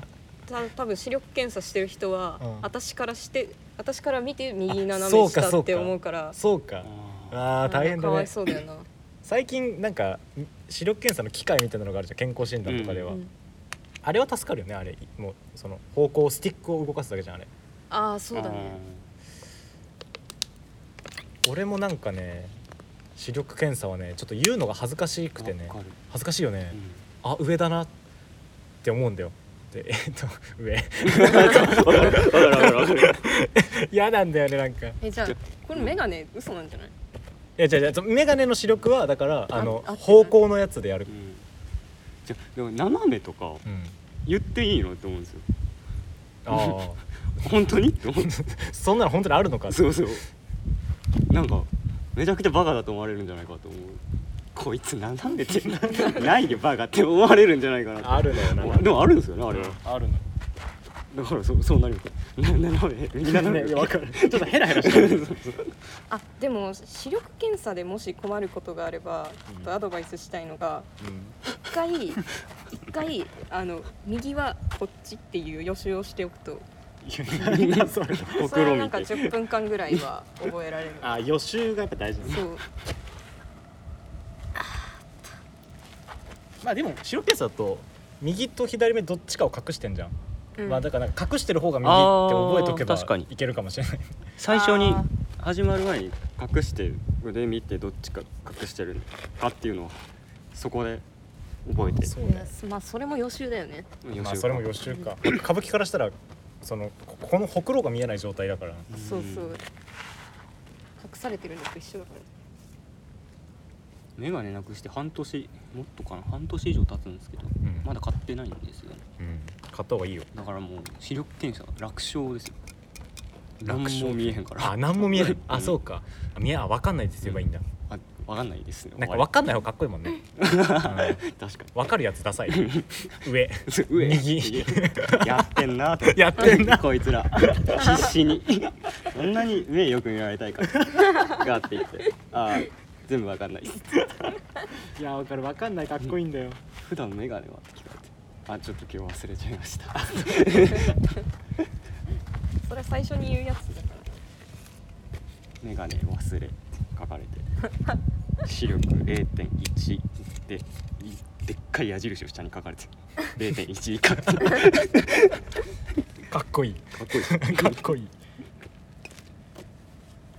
Speaker 1: う
Speaker 2: た多分視力検査してる人は、
Speaker 1: うん
Speaker 2: 私からして私から見て右
Speaker 1: あ
Speaker 2: 斜
Speaker 1: そう
Speaker 2: め
Speaker 1: か
Speaker 2: 下
Speaker 1: そう
Speaker 2: っ
Speaker 1: か
Speaker 2: て思うから
Speaker 1: そう
Speaker 3: ー
Speaker 1: か
Speaker 3: あ
Speaker 1: あー大変だ
Speaker 2: かわ
Speaker 1: ね
Speaker 2: いそうだよな、
Speaker 1: 最近なんか視力検査の機械みたいなのがあるじゃん健康診断と かで
Speaker 2: う
Speaker 1: は、
Speaker 2: ん、
Speaker 1: あれは助かるよねあれもうその方向スティックを動かすだけじゃんあれ
Speaker 2: ああ
Speaker 3: ー
Speaker 2: そうだね
Speaker 1: 俺もなんかね視力検査はねちょっと言うのが恥ずかしくてね
Speaker 3: わかる
Speaker 1: 恥ずかしいよね、
Speaker 3: うん
Speaker 1: あ上だなって思うんだよでえっと 上
Speaker 3: わかるわかるわかる
Speaker 1: 嫌なんだよねなんかい
Speaker 2: えじゃあこのメガネ嘘なんじゃない
Speaker 1: や違う違うその眼鏡の視力はだからあの
Speaker 2: あ合ってない
Speaker 1: 方向のやつでやる
Speaker 3: う、んじゃでも斜めとか
Speaker 1: うん、
Speaker 3: 言っていいのって思うんですよ
Speaker 1: ああ
Speaker 3: 本当にって思う
Speaker 1: そんなの本当にあるのか
Speaker 3: そうそうなんかめちゃくちゃバカだと思われるんじゃないかと思うこいつななんでってないよバカって思われるんじゃないかなっ
Speaker 1: あるのよ
Speaker 3: て
Speaker 1: な
Speaker 3: でもあるんですよねあれは、
Speaker 1: あるの
Speaker 3: だからそそうなるよな斜めみんな斜め
Speaker 1: ねわか る
Speaker 3: ちょっとヘラヘラしてる
Speaker 2: あでも視力検査でもし困ることがあればちょっとアドバイスしたいのが
Speaker 1: うん
Speaker 2: 一回一回あの右はこっちっていう予習をしておくと
Speaker 1: いやなんだ それ
Speaker 3: ほ
Speaker 2: そ
Speaker 3: く
Speaker 2: れ
Speaker 3: ろ
Speaker 2: はな
Speaker 3: み
Speaker 2: んか
Speaker 3: て
Speaker 2: 10分間ぐらいは覚えられる
Speaker 1: あ予習がやっぱ大事だね
Speaker 2: そう
Speaker 1: まあでも白ピアスだと右と左目どっちかを隠してんじゃん、
Speaker 2: うん
Speaker 1: まあだからなんか隠してる方が右って覚えとけ
Speaker 3: あー確か
Speaker 1: ば
Speaker 3: に
Speaker 1: いけるかもしれない
Speaker 3: 最初に
Speaker 2: あ
Speaker 3: 始まる前に隠して腕見てどっちか隠してるかっていうのをそこで覚えて
Speaker 1: そう
Speaker 2: いや
Speaker 1: ね
Speaker 2: まあそれも予習だよね
Speaker 1: まあそれも予習か歌舞伎からしたらそのここのほくろが見えない状態だから
Speaker 2: そうそう
Speaker 3: うん
Speaker 2: 隠されてるのと一緒だから
Speaker 3: 眼鏡なくして半年もっとかな半年以上経つんですけど、
Speaker 1: ん
Speaker 3: まだ買ってないんですよね
Speaker 1: うん買った方がいいよ
Speaker 3: だからもう視力検査楽勝ですよ
Speaker 1: 楽
Speaker 3: 何
Speaker 1: 勝
Speaker 3: も見えへんから
Speaker 1: あ何も見えないあ
Speaker 3: うん
Speaker 1: そうかあ見えあ分かんないって言えばいいんだ
Speaker 3: あわかんないですよ
Speaker 1: なんか分かんない方がかっこいいもんね、うん
Speaker 3: 確かに
Speaker 1: 分かるやつダサい上
Speaker 3: 上
Speaker 1: 右
Speaker 3: やってんなって
Speaker 1: やってんな
Speaker 3: こいつら必死にそんなに目よく見られたいからガーって言ってああ全部わかんないです
Speaker 1: いや分かる分かんないかっこいいんだよ
Speaker 3: 普段眼鏡はって聞かれてあちょっと今日忘れちゃいました
Speaker 2: それ最初に言うやつだか
Speaker 3: 眼鏡忘れ書かれ て視力0.1でいでっかい矢印を下に書 かれて0.1以下ってかっ
Speaker 1: かっこいい
Speaker 3: こいい
Speaker 1: かっこいい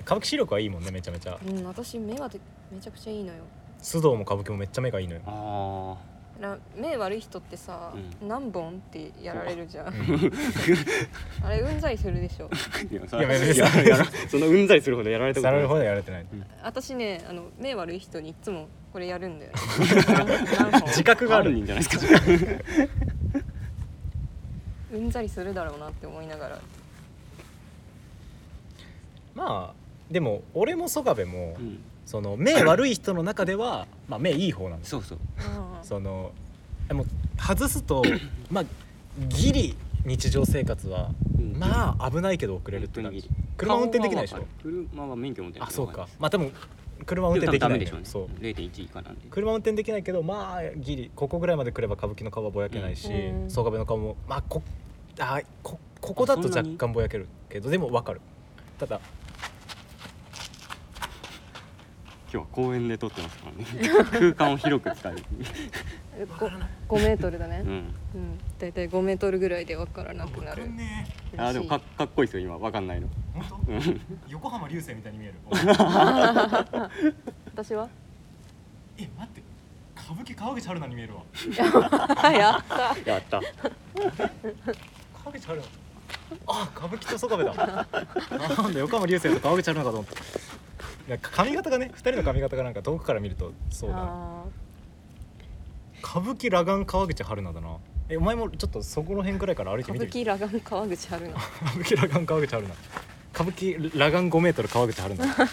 Speaker 1: 歌舞伎視力はいいもんねめちゃめちゃ
Speaker 2: らうん私目はでめちゃくちゃいいのよ
Speaker 1: 須藤も歌舞伎もめっちゃ目がいいのよ、
Speaker 3: あ
Speaker 2: な目悪い人ってさ、
Speaker 3: う
Speaker 2: 何本ってやられるじゃん
Speaker 1: うん
Speaker 2: あれうんざりするでしょ
Speaker 3: ーいやそ
Speaker 1: やめて
Speaker 3: いややらそのうんざりするほどやられたこ
Speaker 1: さ
Speaker 3: と
Speaker 1: られ
Speaker 3: な
Speaker 1: る
Speaker 3: い
Speaker 1: ほどやられてない
Speaker 2: 私ねあの目悪い人にいつもこれやるん だよね何
Speaker 1: 自
Speaker 2: 本
Speaker 1: 覚があ
Speaker 3: 犯
Speaker 1: る
Speaker 3: 人じゃないですか
Speaker 2: うんざりするだろうなって思いながら
Speaker 1: まあでも俺も曽我部も、
Speaker 3: うん
Speaker 1: その目悪い人の中では、まあ、目いい方なんです
Speaker 3: そうそう
Speaker 1: そのでも外す とまあギリ日常生活は
Speaker 3: うん
Speaker 1: まあ危ないけど遅れるって感じ車運転できないでし
Speaker 3: 顔
Speaker 1: ょ
Speaker 3: はわかる車は免許持ってない
Speaker 1: あそうかまあでも車運転
Speaker 3: でも
Speaker 1: で
Speaker 3: 多分
Speaker 1: き
Speaker 3: ダ
Speaker 1: な
Speaker 3: メ
Speaker 1: いね
Speaker 3: でしょうね
Speaker 1: そう
Speaker 3: 0.1以下なんで
Speaker 1: 車運転できないけどまあギリここぐらいまで来れば歌舞伎の顔はぼやけないし
Speaker 2: うん
Speaker 1: 曽我部の顔もまあこあこここだ
Speaker 3: あ
Speaker 1: と
Speaker 3: そんな
Speaker 1: 若
Speaker 3: に
Speaker 1: 干ぼやけるけどでも分かるただ
Speaker 3: 今日は公園で撮ってますからね空間を広く使える
Speaker 2: 5メートルだね
Speaker 3: う、ん
Speaker 2: うん、だいたい5メートルぐらいで分からなくなる
Speaker 3: あでもかかっこいいですよ今わかんないのうん
Speaker 1: 横浜流星みたいに見え る
Speaker 2: 私 は
Speaker 1: え待って歌舞伎川口春奈に見えるわ
Speaker 2: やった
Speaker 3: やった
Speaker 1: 川口春奈あ歌舞伎と曽我部だなんだ横浜流星と川口春奈かと思ったいや髪型がね二人の髪型がなんか遠くから見るとそうだな
Speaker 2: あ
Speaker 1: 歌舞伎裸眼川口春奈だなえお前もちょっとそこの辺くらいから歩い
Speaker 2: ー歌
Speaker 1: てみて
Speaker 2: 舞
Speaker 1: み
Speaker 2: 伎裸眼川口 春奈
Speaker 1: 歌舞伎裸眼川口春奈歌舞伎裸眼5メートル川口春 奈
Speaker 2: あ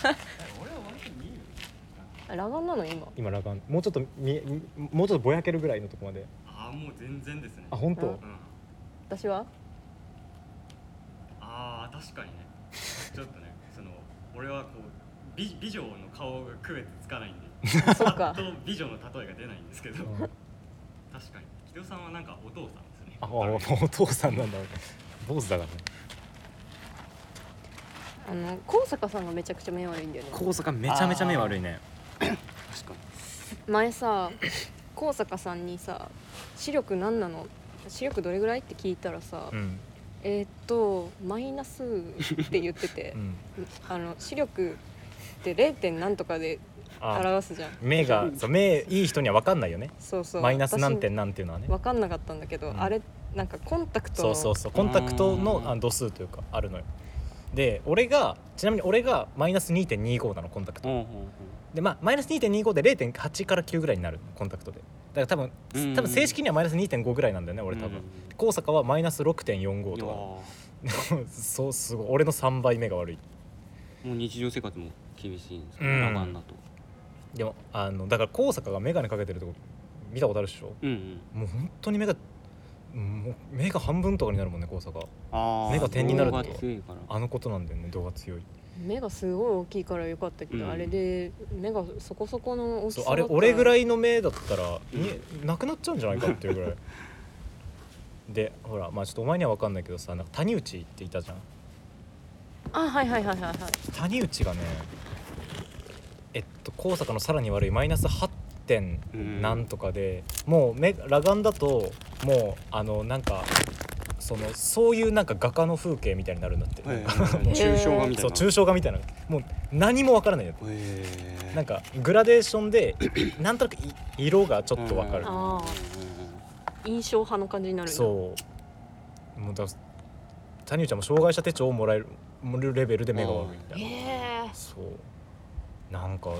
Speaker 2: 裸眼なの今
Speaker 1: 今裸眼もうちょっと見えもうちょっとぼやけるぐらいのとこまで
Speaker 3: ああもう全然ですね
Speaker 1: あ本当、
Speaker 2: うん 私は
Speaker 3: あー確かにねちょっとねその俺はこう美美女の顔が区別つかないんで
Speaker 2: あそうか
Speaker 3: と美女の例えが出ないんですけど
Speaker 1: うん
Speaker 3: 確かに木戸さんはなんかお父さんですね
Speaker 1: あおお父さんなんだ坊主だからね
Speaker 2: あの高坂さんがめちゃくちゃ目悪いんだよね
Speaker 1: 高坂め
Speaker 3: ちゃめちゃ目悪
Speaker 1: いね
Speaker 3: 確か
Speaker 2: 前さ高坂さんにさ「視力何なの視力どれぐらい?」って聞いたらさ「
Speaker 1: うん、
Speaker 2: えーっとマイナス」って言ってて
Speaker 1: うん、
Speaker 2: あの視力って 0. 点何とかで
Speaker 1: あ
Speaker 2: 表すじゃん
Speaker 1: 目がそう目いい人には分かんないよね
Speaker 2: そうそう
Speaker 1: マイナス何点なんていうのはね
Speaker 2: 私分かんなかったんだけど、
Speaker 1: うん
Speaker 2: あれなんかコンタクト
Speaker 1: そ
Speaker 2: の
Speaker 1: うそうそうコンタクトの
Speaker 3: うん
Speaker 1: あ度数というかあるのよで俺がちなみに俺がマイナス2.25なのコンタクト
Speaker 3: に
Speaker 1: でまあマイナス2.25で0.8から9ぐらいになるコンタクトでだから多
Speaker 3: うんう
Speaker 1: 分
Speaker 3: ん
Speaker 1: 多分正式にはマイナス2.5ぐらいなんだよね俺多分高坂はマイナス6.45
Speaker 3: いやー
Speaker 1: と
Speaker 3: も
Speaker 1: かそうすごい俺の3倍目が悪いう
Speaker 3: 日常生活も厳しいんですか
Speaker 1: うん
Speaker 3: 裸眼だと
Speaker 1: でもあのだから高坂が眼鏡かけてるとこ見たことあるでしょ
Speaker 3: うんうん
Speaker 1: もう本当に目がもう目が半分とかになるもんね高坂
Speaker 3: あー
Speaker 1: 目が点になるって
Speaker 3: 動
Speaker 1: こ
Speaker 3: 画
Speaker 1: と
Speaker 3: 強いから
Speaker 1: あのことなんだよね動画強い
Speaker 2: 目がすごい大きいからよかったけど、
Speaker 3: うん
Speaker 2: あれで目がそこそこの大き
Speaker 1: そ
Speaker 2: さ
Speaker 1: うあれ俺ぐら
Speaker 2: い
Speaker 1: いの目だったら見えなくなっちゃうんじゃないかっていうぐらいでほらまあちょっとお前には分かんないけどさなんか谷内っていたじゃん
Speaker 2: あはいはいはいはいはい
Speaker 1: 谷内がねえっと高坂のさらに悪いマイナス8点
Speaker 3: うん
Speaker 1: なんとかで、もう目裸眼だともうあのなんかそのそういうなんか画家の風景みたいになるんだ って、
Speaker 3: えー抽象画みたい
Speaker 1: そう
Speaker 3: な
Speaker 1: 抽象画みたいなもう何もわからないんだって
Speaker 3: えー
Speaker 1: なんかグラデーションで なんとなくい色がちょっとわかる
Speaker 2: うんあ印象派の感じになるんだ
Speaker 1: そうもうだ谷内はもう障害者手帳をもらえるもらえるレベルで目が悪いみたいな
Speaker 2: へえ
Speaker 1: そうなんか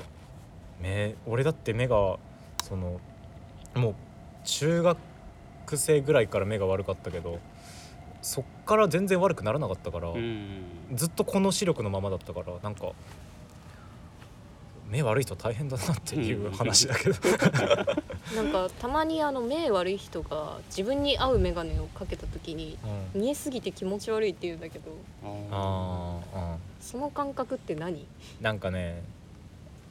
Speaker 1: 目俺だって目がそのもう中学生ぐらいから目が悪かったけどそっから全然悪くならなかったから、
Speaker 3: うんうん
Speaker 1: ずっとこの視力のままだったからなんか目悪い人大変だなっていう話だけ ど、
Speaker 2: なんかたまにあの目悪い人が自分に合う眼鏡をかけた時に
Speaker 1: うん
Speaker 2: 見えすぎて気持ち悪いって言うんだけど
Speaker 1: ああ
Speaker 2: その感覚って何
Speaker 1: うんなんかね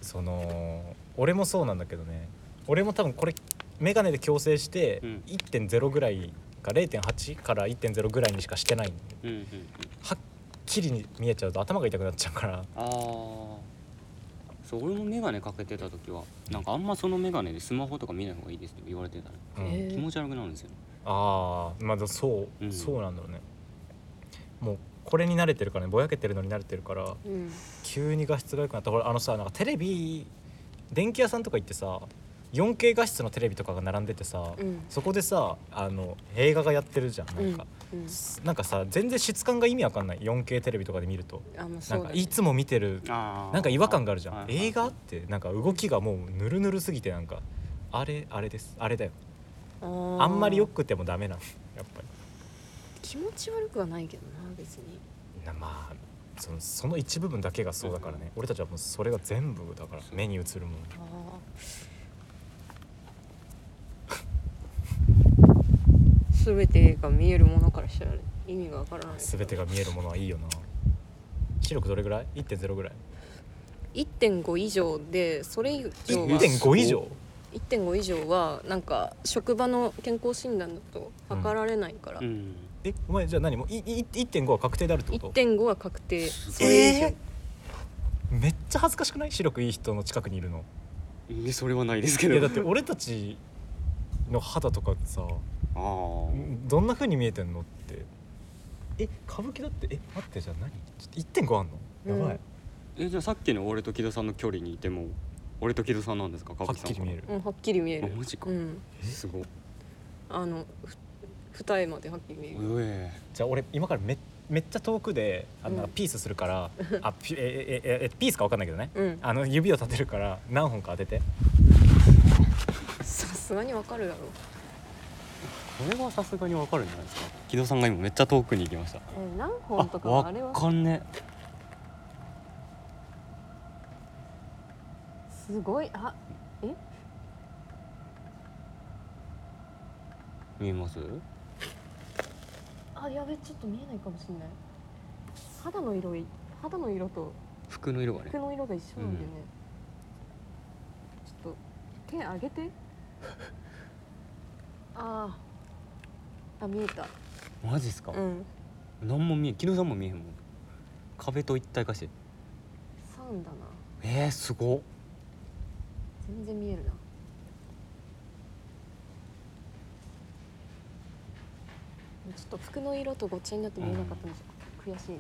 Speaker 1: その俺もそうなんだけどね俺も多分これ眼鏡で矯正して
Speaker 3: うん
Speaker 1: 1.0ぐらいか0.8から1.0ぐらいにしかしてない
Speaker 3: うんうんうん
Speaker 1: はっきりに見えちゃうと頭が痛くなっちゃうから
Speaker 3: あーそう俺も眼鏡かけてた時はなんかあんまその眼鏡でスマホとか見ない方がいいですって言われてたね
Speaker 1: うん
Speaker 2: へえ
Speaker 3: 気持ち悪くなるんですよ
Speaker 1: ああまあでもそう、
Speaker 3: うん
Speaker 1: そうなんだろうねもうこれに慣れてるからねぼやけてるのに慣れてるから
Speaker 2: うん
Speaker 1: 急に画質が良くなったほらあのさなんかテレビ電気屋さんとか行ってさ 4K 画質のテレビとかが並んでてさ、
Speaker 2: うん
Speaker 1: そこでさあの映画がやってるじゃんなんか、
Speaker 2: うん
Speaker 1: すなんかさ全然質感が意味わかんない 4K テレビとかで見ると、
Speaker 2: あもう
Speaker 1: な
Speaker 2: そ
Speaker 1: ん
Speaker 2: う
Speaker 1: か
Speaker 2: だ、ね、
Speaker 1: いつも見てる
Speaker 3: な
Speaker 1: なんか違和感があるじゃん映画
Speaker 3: あ
Speaker 1: ってなんか動きがもうぬるぬるすぎてなんかあれあれですあれだよ
Speaker 2: あ
Speaker 1: あんまりよ
Speaker 2: ー
Speaker 1: くてもダメなのやっぱり
Speaker 2: 気持ち悪くはないけどな別に
Speaker 1: なまあそのその一部分だけがそうだからね、俺たちはもうそれが全部だから
Speaker 3: そう
Speaker 1: 目に映るもん
Speaker 2: あー 全てが見えるものからしたら意味がわからない
Speaker 1: 全てが見えるものはいいよな視力どれぐらい ?1.0 ぐらい
Speaker 2: 1.5以上でそれ以上は
Speaker 1: 1.5以上
Speaker 2: 1.5以上はなんか職場の健康診断だと測られないから、
Speaker 3: ーうん
Speaker 1: えお前じゃあ何もういい1.5は確定であるってこと
Speaker 2: 1.5は確定それ以
Speaker 1: え
Speaker 2: 上、
Speaker 1: ーめっちゃ恥ずかしくない視力いい人の近くにいるの
Speaker 3: いやそれはないです
Speaker 1: い
Speaker 3: けど
Speaker 1: やだって俺たちの肌とかさ
Speaker 3: あー
Speaker 1: どんな風に見えてんのってえ歌舞伎だってえ待ってじゃあ何ちょっと1.5あんのやばい、
Speaker 3: えじゃあさっきの俺と木戸さんの距離にいても俺と木戸さんなんですかは
Speaker 1: はっきり見える、
Speaker 2: うん、はっきり見え
Speaker 3: あ
Speaker 2: る
Speaker 3: マジか
Speaker 2: うん
Speaker 3: すごい
Speaker 2: あのふ二重まではっきり見える
Speaker 3: うえ
Speaker 1: じゃあ俺今からめめっちゃ遠くであの
Speaker 2: うん
Speaker 1: ピースするから、あピええええピースか分かんないけどね
Speaker 2: うん
Speaker 1: あの指を立てるから何本か当てて
Speaker 2: さすがにわかるだろう
Speaker 3: これはさすがにわかるんじゃないですか木戸さんが今めっちゃ遠くに行きました
Speaker 2: え何
Speaker 3: あ
Speaker 2: 本とかはあれ
Speaker 3: わ
Speaker 2: は
Speaker 3: かんね
Speaker 2: すごいあえ
Speaker 3: 見えます
Speaker 2: あやべちょっと見えないかもしれない肌の色い肌の色と
Speaker 3: 服の色がね
Speaker 2: 服の色が一緒なんだよね、ちょっと手上げて あーあ見えた
Speaker 3: マジっすか、
Speaker 2: うん
Speaker 3: 何も見えん木戸さんも見えへんもん壁と一体化して
Speaker 2: サウンだな
Speaker 3: えー、すごっ
Speaker 2: 全然見えるなちょっと服の色とごっちゃになって見えなかったのじゃ、悔しいな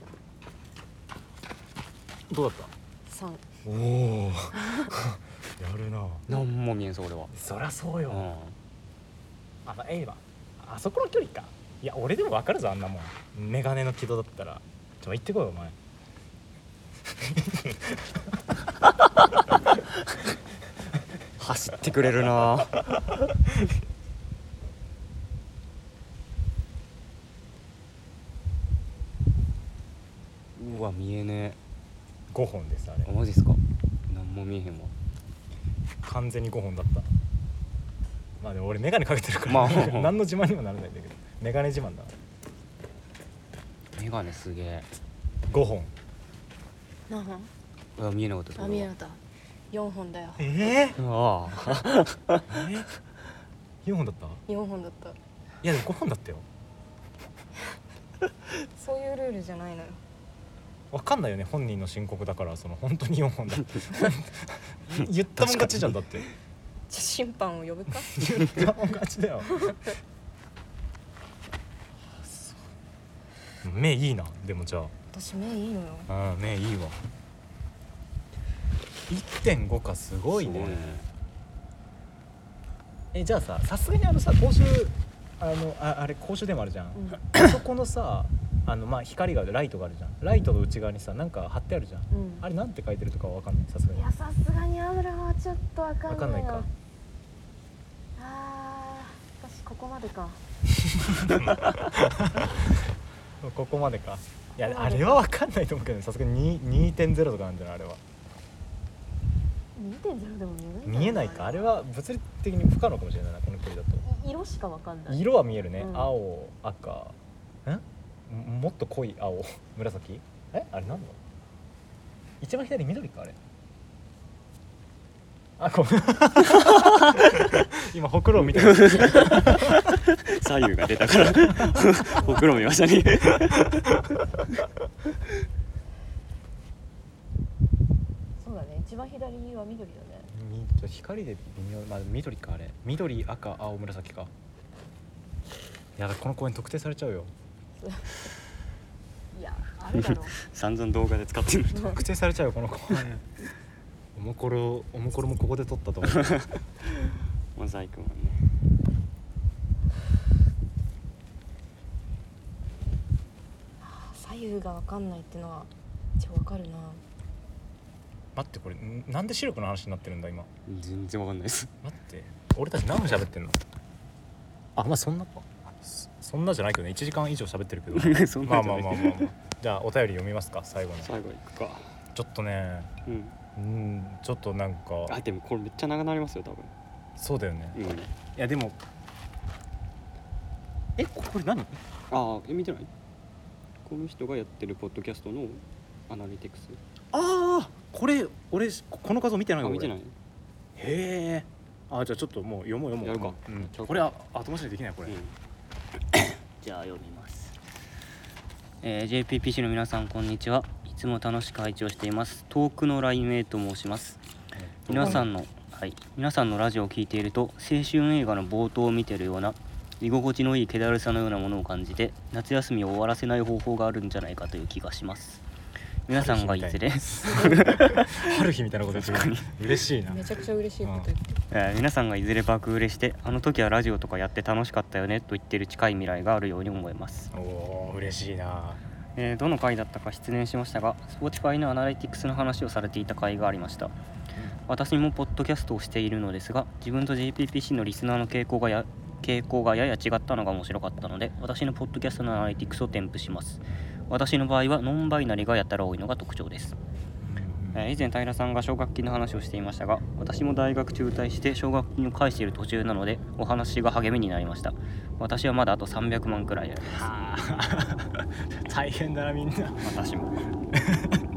Speaker 1: どうだった
Speaker 2: 三
Speaker 1: おお やるな
Speaker 3: 何も見えんそう俺は
Speaker 1: そりゃそう
Speaker 3: う
Speaker 1: よ、
Speaker 3: ん
Speaker 1: あまあええわあそこの距離かいや俺でも分かるぞあんなもんメガネの軌道だったらちょ行ってこいよお前
Speaker 3: 走ってくれるな うわ見えね
Speaker 1: 5本ですあれ
Speaker 3: あマジですか何も見えへんわ
Speaker 1: 完全に5本だったまあでも俺眼鏡かけてるから、
Speaker 3: まあ
Speaker 1: 何の自慢にもならないんだけど眼鏡自慢だ
Speaker 3: メガネすげえ
Speaker 1: 5本
Speaker 2: 何本
Speaker 3: うわ見えなかった
Speaker 2: あ見えなかった4本だよ
Speaker 1: え
Speaker 3: うわあ
Speaker 1: え4本だったい
Speaker 2: 4本だった
Speaker 1: やでも5本だったよ
Speaker 2: そういうルールじゃないのよ
Speaker 1: わかんないよね本人の申告だからその本当に4本だ 言ったもん勝ちじゃんだって
Speaker 2: じゃあ審判を呼 ぶか
Speaker 1: 言ったもん勝ちだよ目いいなでもじゃあ
Speaker 2: 私目いいのよ
Speaker 1: ああねいいわ1.5かすごいね
Speaker 3: す
Speaker 1: えじゃあささすがにあのさ公衆あのああれ公衆でもあるじゃん、
Speaker 2: うん
Speaker 1: あそこのさあのまあ光があるライトがあるじゃんライトの内側にさなんか貼ってあるじゃん
Speaker 2: うん
Speaker 1: あれなんて書いてるとかはわかんないさすが
Speaker 2: い
Speaker 1: に
Speaker 2: やさすがに油はちょっとわかんない
Speaker 1: わかんないか
Speaker 2: あー私ここまでか
Speaker 1: ここまでかいやあれはわかんないと思うけどねさすがに2 2.0とかなんじゃないあれは
Speaker 2: 2.0でも見えないんだよ
Speaker 1: 見えないかあれは物理的に不可能かもしれないなこの距離だと
Speaker 2: い色しかわかんない
Speaker 1: 色は見えるね、
Speaker 2: うん
Speaker 1: 青赤んももっと濃い青 紫えあれ何だ一番左緑かあれあこ 今ほくろを見てる
Speaker 3: 左右が出たから ほくろ見ましたね
Speaker 4: そうだね一番左は緑だね
Speaker 1: み光で微妙まあ緑かあれ緑赤青紫かいやだこの公園特定されちゃうよ
Speaker 4: いやあるだ ろ
Speaker 3: 散々動画で使ってるの
Speaker 1: 特定されちゃうよこの公 園おもころおもころもここで撮ったと思う
Speaker 3: モザイクもね
Speaker 2: 左右がわかんないってのは超わかるな
Speaker 1: 待ってこれんなんで視力の話になってるんだ今
Speaker 3: 全然わかんない です
Speaker 1: 待って俺たち何分喋ってんのあまあそんなかそそんなじゃないけどね1時間以上喋って るけど
Speaker 3: そん
Speaker 1: ま
Speaker 3: な
Speaker 1: あ
Speaker 3: んじ
Speaker 1: ま
Speaker 3: ゃ
Speaker 1: あ
Speaker 3: ない
Speaker 1: まあまあ、まあ、じゃあお便り読みますか最後のち
Speaker 3: 最後いくか
Speaker 1: ょっとね
Speaker 3: うん
Speaker 1: うんちょっとなん
Speaker 3: あ
Speaker 1: か
Speaker 3: でもこれめっちゃ長くなりますよ多分
Speaker 1: そうだよね
Speaker 3: うん
Speaker 1: いやでもえここれ何
Speaker 3: ああえ見てないこの人がやってるポッドキャストのアナリティクス
Speaker 1: ああこれ俺この画像見てない
Speaker 3: あ
Speaker 1: よ
Speaker 3: 見てない
Speaker 1: 俺へえあじゃあちょっともう読もう読もう
Speaker 3: やるか
Speaker 1: うん
Speaker 3: ちょっと
Speaker 1: これは後回しにできないこれ、
Speaker 3: じゃあ読みます、えー JPPC の皆さんこんにちはいつも楽しく拝聴しています遠くのラインウェイと申します皆さんの、はい、皆さんのラジオを聞いていると青春映画の冒頭を見てるような居心地のいい気だるさのようなものを感じて夏休みを終わらせない方法があるんじゃないかという気がします皆さんがいずれ、
Speaker 1: 春日みたいなこと言ってる嬉しい な
Speaker 2: めちゃくちゃ嬉しいこと言ってる
Speaker 3: えー皆さんがいずれ爆売れしてあの時はラジオとかやって楽しかったよねと言ってる近い未来があるように思います
Speaker 1: おおー嬉しいな
Speaker 3: えーどの回だったか失念しましたが Spotify のアナリティクスの話をされていた回がありました私もポッドキャストをしているのですが自分と JPPC のリスナーの傾向がや傾向がやや違ったのが面白かったので私のポッドキャストのアナリティクスを添付します私の場合はノンバイナリがやたら多いのが特徴ですえー以前平さんが奨学金の話をしていましたが私も大学中退して奨学金を返している途中なのでお話が励みになりました私はまだあと300万くらいあります
Speaker 1: はあ 大変だなみんな
Speaker 3: 私も えー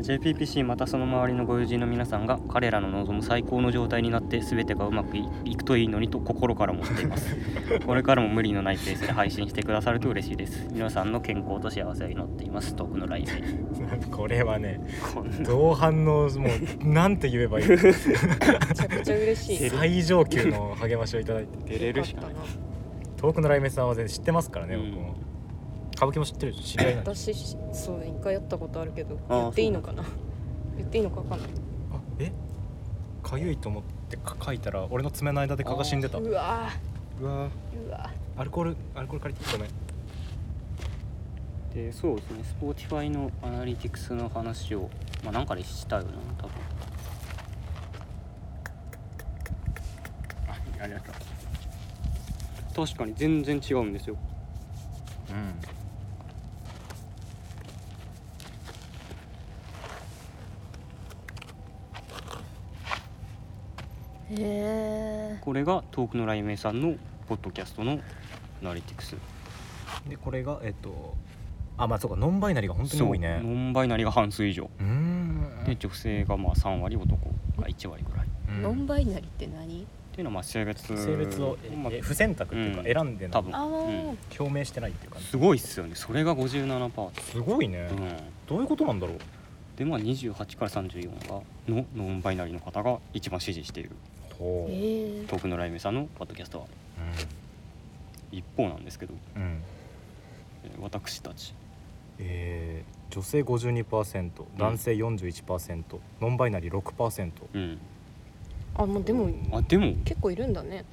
Speaker 3: JPPC またその周りのご友人の皆さんが彼らの望む最高の状態になって全てがうまくいいくといいのにと心から思ってい ますこれからも無理のないペースで配信してくださると嬉しいです皆さんの健康と幸せを祈っています遠くの来世
Speaker 1: これはね
Speaker 3: こんな
Speaker 1: 同伴のもうなんて言えばいいの
Speaker 2: めちゃくちゃ嬉しい
Speaker 1: 最上級の励ましをいただいて
Speaker 3: 照れるしかない
Speaker 2: よかっ
Speaker 1: 遠くの雷鳴さんは全然知ってますからね、
Speaker 3: うん
Speaker 1: 僕も歌舞伎も知ってるし知り合いなん
Speaker 2: た
Speaker 1: で
Speaker 2: な私そう一回やったことあるけど
Speaker 3: あー
Speaker 2: 言っていいのかな言っていいのかわかんない
Speaker 1: あえかゆいと思ってか書いたら俺の爪の間で蚊が死んでた
Speaker 2: うわ
Speaker 1: うわ
Speaker 2: ーうわ
Speaker 1: アルコールアルコール借りてごめん
Speaker 3: でそうですね Spotify のアナリティクスの話をまあ何かでしたよな多分あありがとう確かに全然違うんですよ
Speaker 1: うん
Speaker 4: え
Speaker 3: これが遠くの雷鳴さんのポッドキャストのアナリティクス
Speaker 1: でこれがえっとあまあそうかノンバイナリーが本当に
Speaker 3: そう
Speaker 1: 多い
Speaker 3: ノ
Speaker 1: ね
Speaker 3: ンバイナリーが半数以上
Speaker 1: うーん
Speaker 3: で女性がまあ3割男が1割ぐらいっ
Speaker 1: うん
Speaker 2: ノンバイナリーって何
Speaker 3: ていうのはまあ性別
Speaker 1: 性別をえ
Speaker 3: まあ
Speaker 1: え不選択っていうか
Speaker 3: うん
Speaker 1: 選んでな
Speaker 3: 多
Speaker 1: い
Speaker 3: 分
Speaker 2: ああ、
Speaker 3: うん
Speaker 1: 表明してないっていうかね
Speaker 3: すごいっすよねそれが57%パー
Speaker 1: すごいね
Speaker 3: うん
Speaker 1: どういうことなんだろう
Speaker 3: でまあ28から34がのノンバイナリーの方が一番支持している
Speaker 1: と
Speaker 2: ええ
Speaker 3: 遠くの雷鳴さんのポッドキャストは一方なんですけど
Speaker 1: うんうん
Speaker 3: えー私たち
Speaker 1: えー女性52%男性41%ノンバイナリー6%
Speaker 3: うん
Speaker 2: あもうでも
Speaker 3: あでも
Speaker 2: 結構いるんだね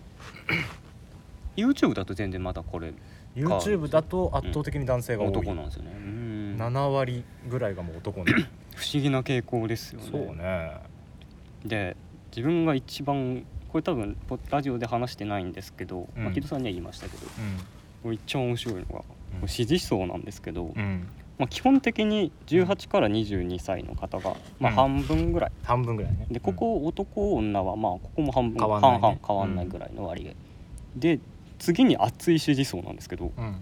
Speaker 3: YouTube だと全然まだこれ
Speaker 1: YouTube だと圧倒的に男性が多い
Speaker 3: 男なんですよねうん
Speaker 1: 7割ぐらいがもう男なの
Speaker 3: 不思議な傾向ですよね
Speaker 1: そうね
Speaker 3: で自分が一番これ多分ポラジオで話してないんですけど、
Speaker 1: うん
Speaker 3: まあ、木戸さんには言いましたけどこれ一番面白いのが、
Speaker 1: うん
Speaker 3: 支持層なんですけど、
Speaker 1: うん、うん、
Speaker 3: まあ、基本的に18から22歳の方が、まあ、
Speaker 1: うん
Speaker 3: 半分ぐらい、
Speaker 1: 半分ぐらいね
Speaker 3: でここ男女はまあここも半分
Speaker 1: 変わんないね
Speaker 3: 半々変わんないぐらいの割合、で次に熱い支持層なんですけど
Speaker 1: うん、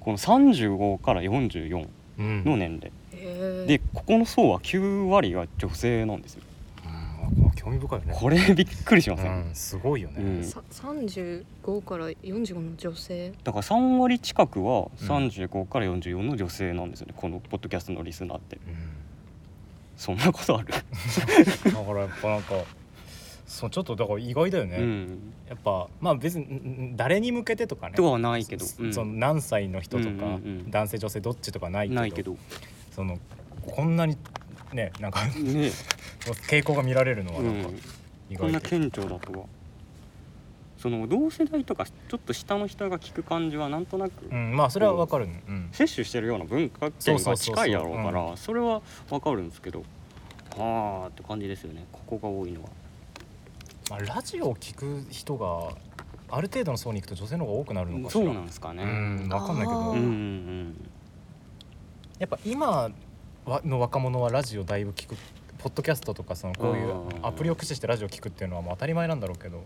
Speaker 3: この35から44
Speaker 1: うん
Speaker 3: の年齢、
Speaker 2: ええ
Speaker 3: でここの層は9割が女性なんですよ
Speaker 1: うん、興味深いよね
Speaker 3: これびっくりしません、
Speaker 1: うん、すごいよね、
Speaker 3: うん
Speaker 2: さ35から45の女性
Speaker 3: だから3割近くは
Speaker 1: うん
Speaker 3: 35から44の女性なんですよね、このポッドキャストのリスナーって
Speaker 1: うん
Speaker 3: そんなことある、
Speaker 1: だからやっぱなんか そうちょっとだから意外だよね、
Speaker 3: うん
Speaker 1: やっぱまあ別にんん誰に向けてとかね
Speaker 3: とかはないけど、うん
Speaker 1: その何歳の人とか、
Speaker 3: うんうんうん
Speaker 1: 男性女性どっちとかないけど
Speaker 3: ないけど
Speaker 1: そのこんなにねなんか
Speaker 3: ね、
Speaker 1: 傾向が見られるのは
Speaker 3: う
Speaker 1: なんか
Speaker 3: ん、
Speaker 1: 意
Speaker 3: こ
Speaker 1: 外
Speaker 3: んな
Speaker 1: で、
Speaker 3: 顕著だとはその同世代とかちょっと下の人が聞く感じはなんとなく、
Speaker 1: うんまあそれはわかるねうん
Speaker 3: 摂取してるような文化圏が近いやろうからそ
Speaker 1: そうそうそう
Speaker 3: れはわかるんですけどああって感じですよねここが多いのは
Speaker 1: まあ、ラジオを聞く人がある程度の層に行くと女性の方が多くなるのかし
Speaker 3: そ
Speaker 1: ら
Speaker 3: うなんですかね
Speaker 1: うんわかんないけ
Speaker 2: あ
Speaker 1: ど
Speaker 2: ー
Speaker 3: うんうんうん
Speaker 1: やっぱ今はの若者はラジオだいぶ聞くポッドキャストとかそのこういう
Speaker 3: あー
Speaker 1: アプリを駆使してラジオ聞くっていうのはもう当たり前なんだろうけど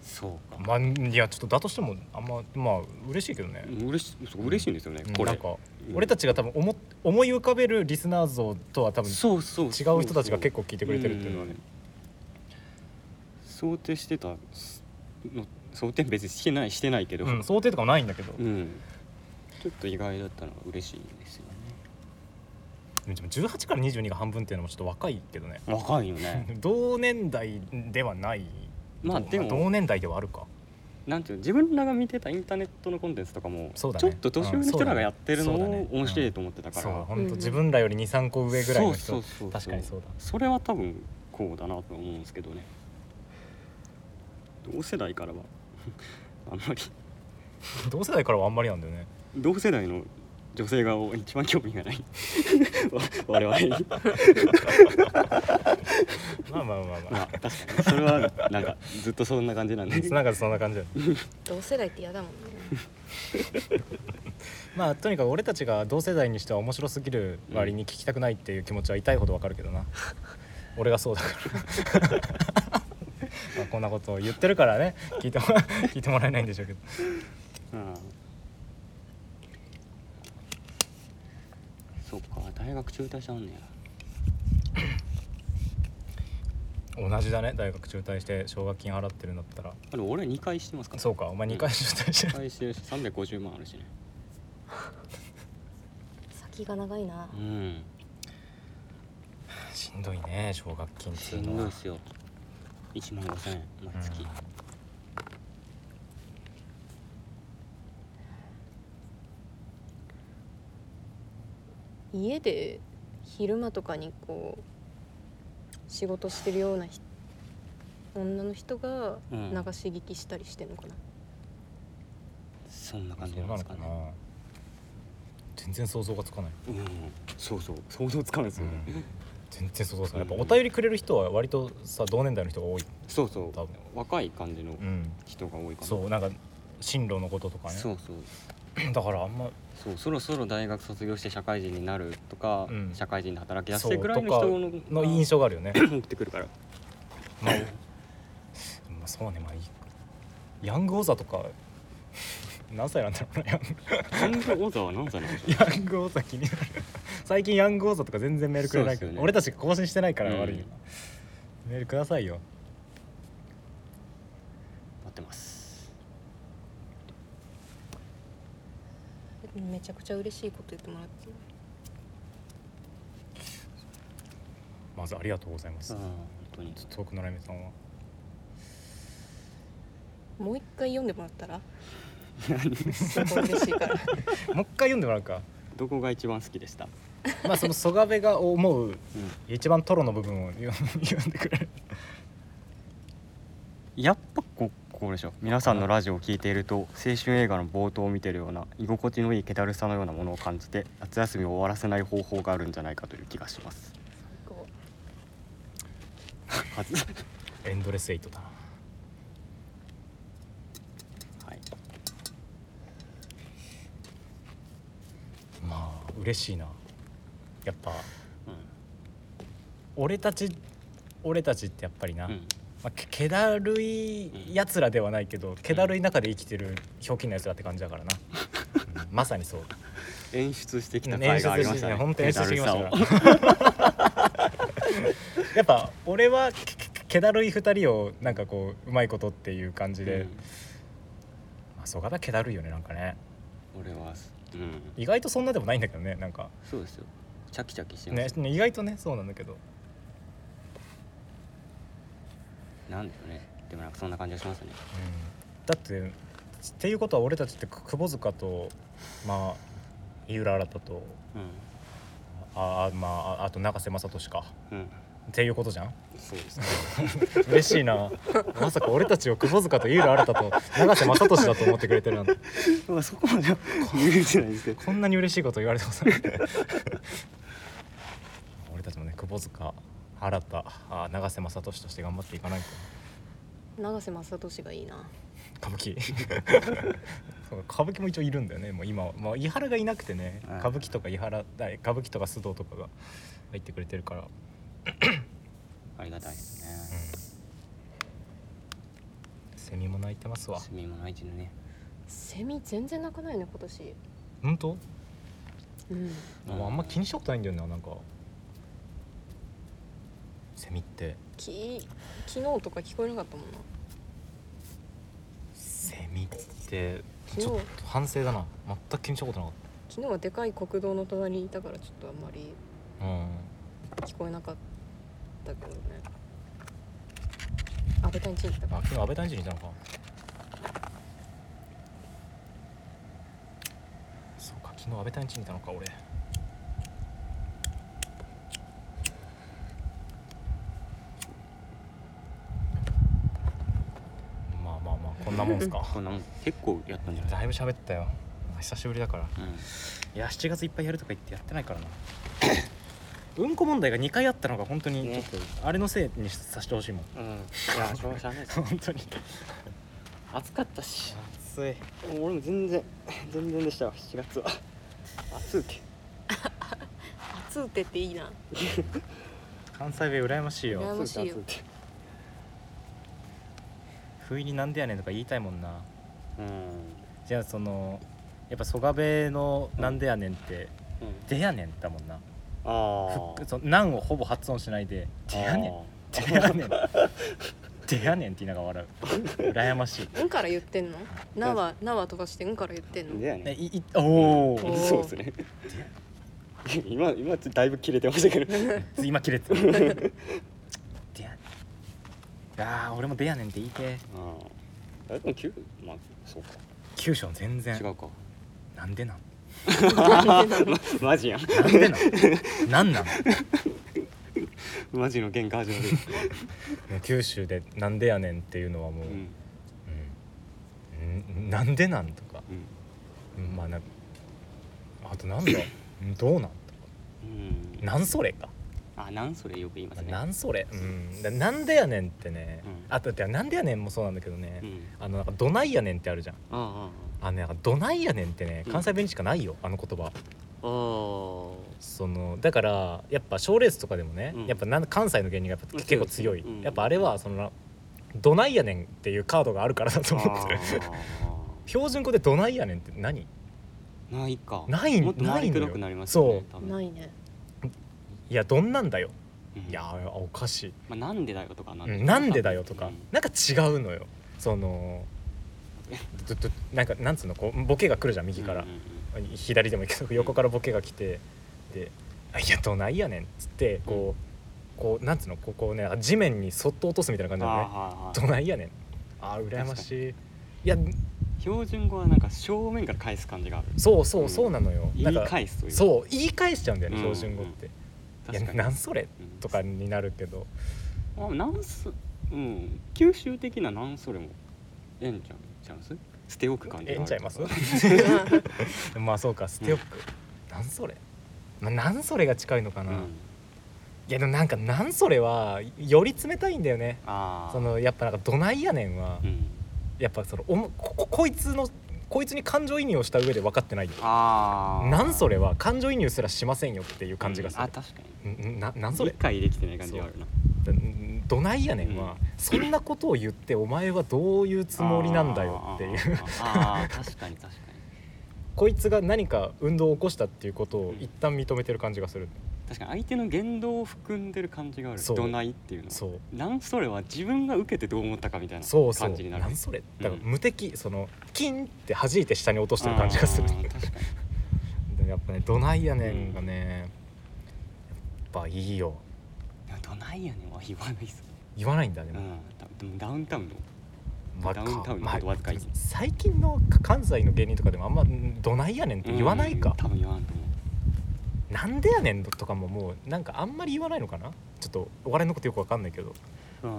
Speaker 3: そうか
Speaker 1: まあいやちょっとだとしてもあんままあ嬉しいけどね、
Speaker 3: 嬉しそう嬉しいんですよね、
Speaker 1: うん
Speaker 3: こ
Speaker 1: な
Speaker 3: れ
Speaker 1: んか俺た
Speaker 3: ち
Speaker 1: ちが多分思っ思い浮かべるリスナー像とは多分違
Speaker 3: そうそう
Speaker 1: う人たちが結構聞いてくれてるっていうのはね
Speaker 3: 想定してたすの想定別にしてないしてないけど、
Speaker 1: うん、想定とかもないんだけど、
Speaker 3: うんちょっと意外だったのが嬉しいですよ
Speaker 1: でも18から22が半分っていうのもちょっと若いけどね
Speaker 3: ね若いよ ね
Speaker 1: 同年代ではない
Speaker 3: まあでも
Speaker 1: 同年代ではあるか
Speaker 3: なんていうの自分らが見てたインターネットのコンテンツとかも、ち
Speaker 1: そ
Speaker 3: ょ
Speaker 1: うだね
Speaker 3: っと年上の人らがやってるの
Speaker 1: うんそうだね
Speaker 3: を面白いと思ってたか
Speaker 1: そ
Speaker 3: ら、
Speaker 1: う本
Speaker 2: うん
Speaker 1: 当自分らより23個上ぐらいの人
Speaker 3: そうそうそう
Speaker 1: 確かにそうだ
Speaker 3: それは多分こうだなと思うんですけどね同世代からは あんまり
Speaker 1: 同世代からはあんまりなんだよね
Speaker 3: 同世代の女性が一番興味がない わ我々に
Speaker 1: まあまあまあま
Speaker 3: まあ確かにそれはなんかずっとそんな感じなんです
Speaker 1: あなんかそんな感じだよね
Speaker 2: 同世代って嫌だもんね
Speaker 1: まあとにかく俺たちが同世代にしては面白すぎる割に聞きたくないっていう気持ちは痛いほどわかるけどな俺がそうだから まあこんなことを言ってるからね聞いても聞いてもらえないんでしょうけど
Speaker 3: うんそっか大学中退しちゃうんだよ
Speaker 1: 同じだね大学中退して奨学金払ってるんだったら
Speaker 3: あでも俺2回してますから
Speaker 1: そうかお前2回中退して
Speaker 3: 2
Speaker 1: る
Speaker 3: 回してるし350万あるしね
Speaker 2: 先が長いな
Speaker 3: うん
Speaker 1: しんどいね奨学金って
Speaker 3: し
Speaker 1: いうんの
Speaker 3: どい
Speaker 1: は
Speaker 3: っすよ1万5000円毎月、
Speaker 1: うん
Speaker 2: 家で昼間とかにこう仕事してるようなひ女の人が
Speaker 3: うん
Speaker 2: 流し聞きしたりしてんのかな、
Speaker 3: そんな感じ
Speaker 1: そう
Speaker 3: な
Speaker 1: な
Speaker 3: ん
Speaker 1: の
Speaker 3: です
Speaker 1: か
Speaker 3: か
Speaker 1: な
Speaker 3: ね
Speaker 1: 全然想像がつかない、
Speaker 3: うんそうそう想像つかないですよね、
Speaker 1: 全然想像つかないやっ
Speaker 3: うん
Speaker 1: ぱお便りくれる人は割とさ同年代の人が多い
Speaker 3: そうそう
Speaker 1: 多分
Speaker 3: 若い感じの
Speaker 1: うん
Speaker 3: 人が多いかな、
Speaker 1: そうなんか進路のこととかね
Speaker 3: そうそう
Speaker 1: だからあんま
Speaker 3: そうそろそろ大学卒業して社会人になるとか、
Speaker 1: うん
Speaker 3: 社会人で働き出し
Speaker 1: そう
Speaker 3: て
Speaker 1: と
Speaker 3: ぐ
Speaker 1: から
Speaker 3: いの人の
Speaker 1: の 印象があるよね
Speaker 3: 持ってくるから
Speaker 1: まあそうねまあいいヤングオーザとか何歳なんだろうなヤン
Speaker 3: ヤング王座は何歳なんでしょう
Speaker 1: ヤングオーザ気になる最近ヤングオーザとか全然メールくれないけ
Speaker 3: そう
Speaker 1: ど、
Speaker 3: ですよね
Speaker 1: 俺たちが更新してないから
Speaker 3: うん
Speaker 1: 悪いよ、メールくださいよ
Speaker 3: 待ってます
Speaker 2: めちゃくちゃ嬉しいこと言ってもらって
Speaker 1: まずありがとうございま
Speaker 3: う
Speaker 1: す、
Speaker 3: ん本当に
Speaker 1: 遠くのライメさんは
Speaker 2: もう一回読んでもらったらすごい嬉しいから
Speaker 1: もう一回読んでもらうか
Speaker 3: どこが一番好きでした
Speaker 1: まあその曽我部が思う
Speaker 3: うん
Speaker 1: 一番トロの部分を読ん読んでくれる
Speaker 3: やっぱこここでしょ皆さんのラジオを聴いていると青春映画の冒頭を見てるような居心地のいい気だるさのようなものを感じて夏休みを終わらせない方法があるんじゃないかという気がします
Speaker 4: こう
Speaker 3: はず
Speaker 1: エンドレスエイトだな
Speaker 3: はい
Speaker 1: まあ嬉しいなやっぱ
Speaker 3: う
Speaker 1: 俺たち俺たちってやっぱりな、
Speaker 3: ん、う
Speaker 1: ま
Speaker 3: ん、
Speaker 1: あ、け気だるいやつらではないけど気だるい中で生きてるひょうきんなやつらって感じだからな、うんまさにそう
Speaker 3: 演出してきた
Speaker 1: 演
Speaker 3: 回があ
Speaker 1: 出
Speaker 3: り
Speaker 1: し
Speaker 3: ま
Speaker 1: て
Speaker 3: した
Speaker 1: ね
Speaker 3: ね
Speaker 1: 本当に演出してきまし
Speaker 3: 気
Speaker 1: た
Speaker 3: だる
Speaker 1: か
Speaker 3: さを
Speaker 1: ら やっぱ俺はけけ気だるい二人をなんかこううまいことっていう感じで、まあそがだ気だるいよねなんかね
Speaker 3: うん、俺はうん
Speaker 1: 意外とそんなでもないんだけどねなんか
Speaker 3: そうですよチャキチャキしてま
Speaker 1: ね
Speaker 3: す、
Speaker 1: ね意外とねそうなんだけど
Speaker 3: なんでしょうねでもなんかそんな感じがしますね
Speaker 1: だってっていうことは俺たちってく窪塚とまあ井浦新と
Speaker 3: う
Speaker 1: ああまあああと永瀬正敏か
Speaker 3: んうん
Speaker 1: っていうことじゃん
Speaker 3: そうですね
Speaker 1: 嬉しいな まさか俺たちを窪塚と井浦新と永瀬正敏だと思ってくれてるなんて
Speaker 3: まあそこまでは言えるじゃないですけど
Speaker 1: こんなに嬉しいこと言われたことない 俺たちもね窪塚新田あ永瀬正敏として頑張っていかないと
Speaker 2: 永瀬正敏がいいな
Speaker 1: 歌舞伎そう歌舞伎も一応いるんだよねもう今は、まあ、伊原がいなくてね
Speaker 3: うん
Speaker 1: 歌舞伎とか伊原だ歌舞伎とか須藤とかが入ってくれてるから、うん
Speaker 3: ありがたいですね、
Speaker 1: セミも鳴いてますわ
Speaker 3: セミもないてるね
Speaker 2: セミ全然鳴かないね今年
Speaker 1: 本当、
Speaker 2: うん
Speaker 1: もうあんま気にしたことないんだよななんかセミって
Speaker 2: き昨日とか聞こえなかったもんな
Speaker 1: セミって
Speaker 2: 昨
Speaker 1: ちょっ
Speaker 2: 日
Speaker 1: と反省だな全く気にしたことなかっ
Speaker 2: 昨日はでかい国道の隣にいたからちょっとあんまり
Speaker 1: たうん
Speaker 2: 聞こえなかったけどね安倍隊についてたか
Speaker 1: あ
Speaker 2: ら
Speaker 1: 昨日安倍大臣いたのかそうか昨日安倍大臣いたのか俺まあまあまあこんなもんす か
Speaker 3: こんなもん結構やったんじゃない
Speaker 1: だいぶ喋ったよ久しぶりだから
Speaker 3: うん
Speaker 1: いや7月いっぱいやるとか言ってやってない からなうんこ問題が2回あったのが本当にちょっとあれのせいにさせてほしいもん
Speaker 3: うん、いや、しょうがないですよ。
Speaker 1: 本当に
Speaker 3: 暑かったし、
Speaker 1: 暑い
Speaker 3: 俺も全然、全然でしたわ、7月は。暑うけ。
Speaker 2: 初打てっていいな
Speaker 1: 関西弁羨ましいよ
Speaker 2: 羨ましいよ
Speaker 3: 暑うけ。暑う
Speaker 1: 不意になんでやねんとか言いたいもんな
Speaker 3: けうん。
Speaker 1: じゃあそのやっぱ曽我部の「なんでやねん」って
Speaker 3: う
Speaker 1: 「
Speaker 3: ん
Speaker 1: でやねん」だもんな
Speaker 3: あ
Speaker 1: ふっその「なん」をほぼ発音しないで「
Speaker 3: あ。
Speaker 1: でやね
Speaker 3: あ
Speaker 1: ん」「でや ねん」「でやねん」って言いながら笑う羨ましい
Speaker 2: うんから言ってんのなはなは飛ばしてうんから言ってん
Speaker 3: ー。
Speaker 2: の
Speaker 3: でや
Speaker 1: え
Speaker 3: ね
Speaker 1: いいお
Speaker 2: お
Speaker 1: お
Speaker 2: ー
Speaker 3: ん。そうですね。 今、今、だいぶ切れてましたけど。
Speaker 1: 今切れてるでやねんあー俺も「でやねん」って言いてえ
Speaker 3: ああ。でも、九、まあ、そうか。
Speaker 1: 九章全然
Speaker 3: 違うか。
Speaker 1: なんでなん
Speaker 3: マジやん。
Speaker 1: なんでなんなんなん
Speaker 3: マジの喧嘩始まる。
Speaker 1: もう九州で「なんでやねん」っていうのはもう、
Speaker 3: うん。
Speaker 1: うんんなんでなんとか
Speaker 3: うん。
Speaker 1: うんまあなあとなんだうんどうなんとか
Speaker 3: うん。
Speaker 1: なんそれか、
Speaker 3: あ、なんそれよく言いますね。
Speaker 1: なんそれうんだなんでやねんってね、
Speaker 3: うん
Speaker 1: あとってなんでやねんもそうなんだけどね、
Speaker 3: うん。
Speaker 1: あのなんかどないやねんってあるじゃん
Speaker 3: ああ。あ
Speaker 1: あのねなんかどないやねんってね
Speaker 3: うん
Speaker 1: 関西弁にしかないよ、あの言葉
Speaker 3: あ。ああ。
Speaker 1: そのだからやっぱ賞レースとかでもね、
Speaker 3: うん
Speaker 1: やっぱなん関西の芸人がやっぱ
Speaker 3: うん
Speaker 1: 結構強い、
Speaker 3: そうですねうん
Speaker 1: やっぱあれはそのなどないやねん」っていうカードがあるからだと
Speaker 3: あ
Speaker 1: 思ってる 標準語で「どないやねん」って何
Speaker 3: ーないか
Speaker 1: ない
Speaker 3: もっと回りくどくなりますよね多分
Speaker 4: ないね
Speaker 1: いやどんなんだよ
Speaker 3: うん
Speaker 1: いやーおかしい
Speaker 3: まあ、なんでだよとかなん
Speaker 1: うんなんでだよとか、なんか違うのよそのずっとなんかなんつうのこうボケが来るじゃん右から、左でもいいけど横からボケが来てで「あいやどないやねん」っつってこう、こうなんつうのこうこうね地面にそっと落とすみたいな感じだよね
Speaker 3: あ
Speaker 1: 「
Speaker 3: ー
Speaker 1: ど
Speaker 3: はい
Speaker 1: な
Speaker 3: はい
Speaker 1: いやねん」あー羨ましいいや
Speaker 3: 標準語はなんか正面から返す感じがある
Speaker 1: そうそうそうなのよ、な
Speaker 3: 言
Speaker 1: ん
Speaker 3: い
Speaker 1: か
Speaker 3: 返すという
Speaker 1: そう言い返しちゃうんだよね
Speaker 3: うん
Speaker 1: 標準語って「い
Speaker 3: 確
Speaker 1: や
Speaker 3: かに
Speaker 1: なんそれ?」
Speaker 3: うん
Speaker 1: とかになるけど
Speaker 3: あなんすうん九州的ななんそれもええんちゃうちゃいます捨ておく感じ
Speaker 1: ええんちゃいます まあそうか捨ておく、なんそれ、まあ、なんそれが近いのか
Speaker 3: あ
Speaker 1: な、
Speaker 3: る、う
Speaker 1: い
Speaker 3: ん、
Speaker 1: やでもなんかなんそれはより冷たいんだよね
Speaker 3: あー
Speaker 1: そのやっぱなんかどないやねんは、
Speaker 3: うん
Speaker 1: やっぱそのおもこここいつのこいつに感情移入をした上で分かってないよ
Speaker 3: あー
Speaker 1: なんそれは感情移入すらしませんよっていう感じがす
Speaker 3: うん
Speaker 1: る
Speaker 3: あ、確かに
Speaker 1: んんななんそ
Speaker 3: 理
Speaker 1: れ
Speaker 3: 解できてない感じがあるな
Speaker 1: うんどないやねんは、
Speaker 3: うん
Speaker 1: そんなことを言ってお前はどういうつもりなんだよっていう
Speaker 3: あーあーあー確かに確かに
Speaker 1: こいつが何か運動を起こしたっていうことを一旦認めてる感じがする、
Speaker 3: 確かに相手の言動を含んでる感じがある
Speaker 1: そう
Speaker 3: どないっていうの
Speaker 1: そう
Speaker 3: なんそれは自分が受けてどう思ったかみたいな
Speaker 1: そうそう
Speaker 3: 感じになる
Speaker 1: んそれだから
Speaker 3: うん
Speaker 1: 無敵、そのキンって弾いて下に落としてる感じがする
Speaker 3: あー確かに
Speaker 1: でやっぱね「どないやねん」がね、やっぱいいよ
Speaker 3: いやどないやねんは言わないっすね
Speaker 1: 言わないんだ
Speaker 3: う
Speaker 1: ね、
Speaker 3: んたでもダウンタウンの
Speaker 1: まあ
Speaker 3: ダウンタウンのことわずかに
Speaker 1: まあ最近の関西の芸人とかでもあんま「どないやねん」って言わない
Speaker 3: うん
Speaker 1: か
Speaker 3: 多分言わんと思
Speaker 1: 「
Speaker 3: う
Speaker 1: なんでやねん」とかももうなんかあんまり言わないのかなちょっとお笑いのことよくわかんないけど
Speaker 3: うん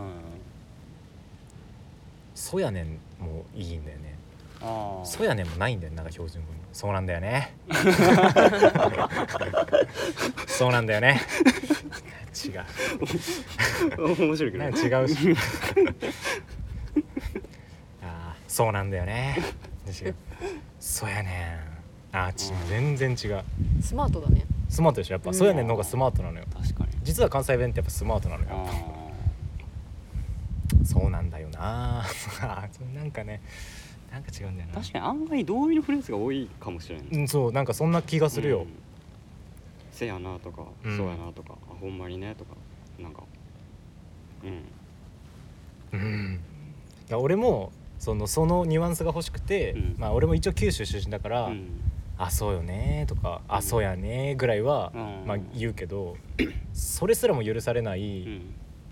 Speaker 1: 「そやねん」もいいんだよね
Speaker 3: あ
Speaker 1: 「
Speaker 3: あ
Speaker 1: そやねん」もないんだよなんか標準語に「そうなんだよ ね」「そうなんだよね」違う
Speaker 3: 面白いけど
Speaker 1: なんか違う しああそうなんだよね違うそうやねんあーち全然違う
Speaker 2: スマートだね
Speaker 1: スマートでしょやっぱ、
Speaker 2: うん
Speaker 1: そうやねんの方がスマートなのよ
Speaker 3: 確かに
Speaker 1: 実は関西弁ってやっぱスマートなのよ
Speaker 3: あ
Speaker 1: そうなんだよな あーなんかねなんか違うんだよ
Speaker 3: ー
Speaker 1: な
Speaker 3: 確かに案外同意のフレーズが多いかもしれない
Speaker 1: うんそうなんかそんな気がするよ、
Speaker 3: うんせやなとか、
Speaker 1: うん
Speaker 3: そうやなとかあほんまにねとかなんかうん
Speaker 1: うん、だから俺もそのそのニュアンスが欲しくて、
Speaker 3: うん
Speaker 1: まあ俺も一応九州出身だから「
Speaker 3: うん
Speaker 1: あそうよね」とか「あそうやね」ぐらいは、
Speaker 3: うん
Speaker 1: まあ、言うけどそれすらも許されない、
Speaker 3: うん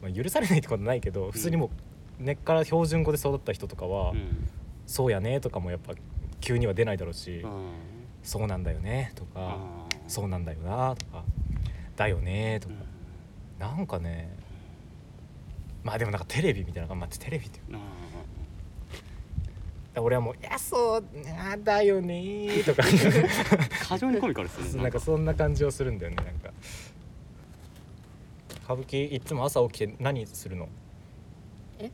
Speaker 1: まあ、許されないってことないけど普通にもう根っから標準語で育った人とかは「
Speaker 3: うん
Speaker 1: そうやね」とかもやっぱ急には出ないだろうし「
Speaker 3: うん
Speaker 1: そうなんだよね」とか
Speaker 3: あ
Speaker 1: 「
Speaker 3: ー
Speaker 1: そうなんだよな」とか「だよね」と
Speaker 3: う
Speaker 1: か
Speaker 3: ん、
Speaker 1: なんかねまあでもなんかテレビみたいな感じ、まあ、テレビっていうか
Speaker 3: うん
Speaker 1: だから俺はもう「いやそうなんだよね」 とか
Speaker 3: 過剰にコミカルです ね
Speaker 1: なんかそんな感じをするんだよねなんか歌舞伎いつも朝起きて何するの、
Speaker 2: 起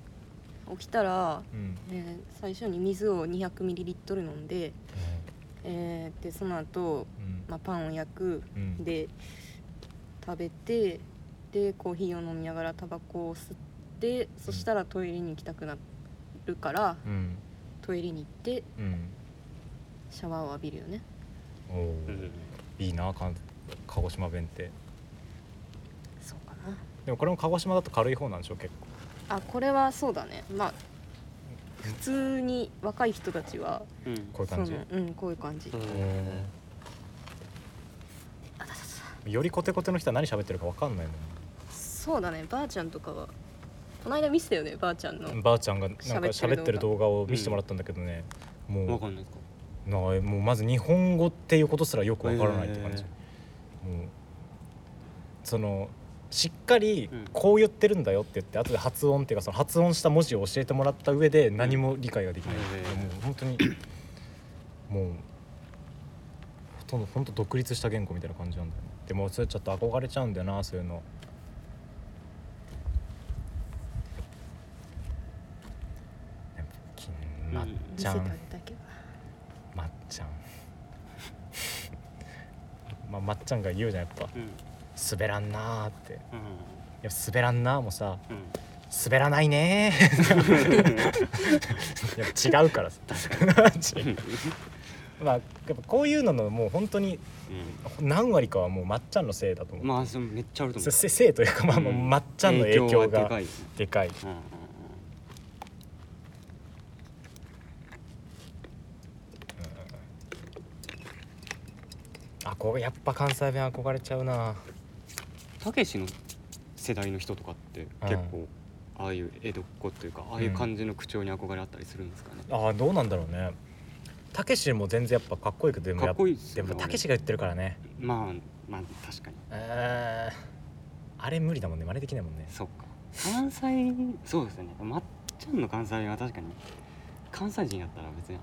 Speaker 2: きたら、
Speaker 1: うん
Speaker 2: えー最初に水を 200ml 飲んで、えーでその後、
Speaker 1: うん
Speaker 2: まあパンを焼く
Speaker 1: うん
Speaker 2: で食べてでコーヒーを飲みながらタバコを吸ってそしたらトイレに行きたくなるから
Speaker 1: うん
Speaker 2: トイレに行って
Speaker 1: うん
Speaker 2: シャワーを浴びるよね
Speaker 1: おお、
Speaker 3: うん
Speaker 1: いいなかん鹿児島弁って
Speaker 2: そうかな
Speaker 1: でもこれも鹿児島だと軽い方なんでしょ結構
Speaker 2: あこれはそうだねまあ普通に若い人たちは
Speaker 3: うん
Speaker 1: こういう感じ
Speaker 2: そのうんこういう感じ
Speaker 3: うん
Speaker 2: あだだだ
Speaker 1: よりコテコテの人は何喋ってるかわかんないも
Speaker 2: そうだねばあちゃんとかはこの間見せたよねばあちゃんの
Speaker 1: んばあちゃんがなんか喋
Speaker 2: 喋
Speaker 1: っ
Speaker 2: ってて
Speaker 1: る
Speaker 2: る
Speaker 1: 動
Speaker 2: 動
Speaker 1: 画を見せてもらったんだけどね、も
Speaker 3: わ
Speaker 1: う
Speaker 3: かんないですか
Speaker 1: ないもうまず日本語っていうことすらよくわからないって感じ、もうそのしっかり
Speaker 3: うん
Speaker 1: こう言ってるんだよって言って後で発音っていうかその発音した文字を教えてもらった上で何も理解ができない、
Speaker 3: うん
Speaker 1: もう本当に もうほとんど本当独立した言語みたいな感じなんだよねでもそれちょっと憧れちゃうんだよなそういうのでもきまっ
Speaker 2: 見
Speaker 1: ち
Speaker 2: せ
Speaker 1: ゃ
Speaker 2: た
Speaker 1: ん、
Speaker 2: だけは
Speaker 1: まっち ゃんまあまっちゃんが言うじゃんやっぱ
Speaker 3: うんうん
Speaker 1: 「滑らんな」っていや「滑らんな」もさ滑らないね やっぱ違うからさ まあやっぱこういうののもう本当に何割かはもうまっちゃんのせいだと思う、
Speaker 3: まあそれめっちゃあると思
Speaker 1: せ
Speaker 3: う
Speaker 1: せせいというかまあまあ
Speaker 3: うん
Speaker 1: まっちゃんの影響
Speaker 3: は
Speaker 1: が
Speaker 3: でかい
Speaker 1: でかい
Speaker 3: うんうんうん
Speaker 1: あこうやっぱ関西弁憧れちゃうな
Speaker 3: たけしの世代の人とかって結構ああいう江戸っ子というかああいう感じの口調に憧れあったりするんですかね、
Speaker 1: ああどうなんだろうねたけしも全然やっぱかっこよくてでもや
Speaker 3: かっこいいっす
Speaker 1: で
Speaker 3: よね
Speaker 1: もたけしが言ってるからね
Speaker 3: まあまあ確かに
Speaker 1: えーあれ無理だもんね真似できないもんね
Speaker 3: そっか関西そうですねまっちゃんの関西は確かに関西人やったら別に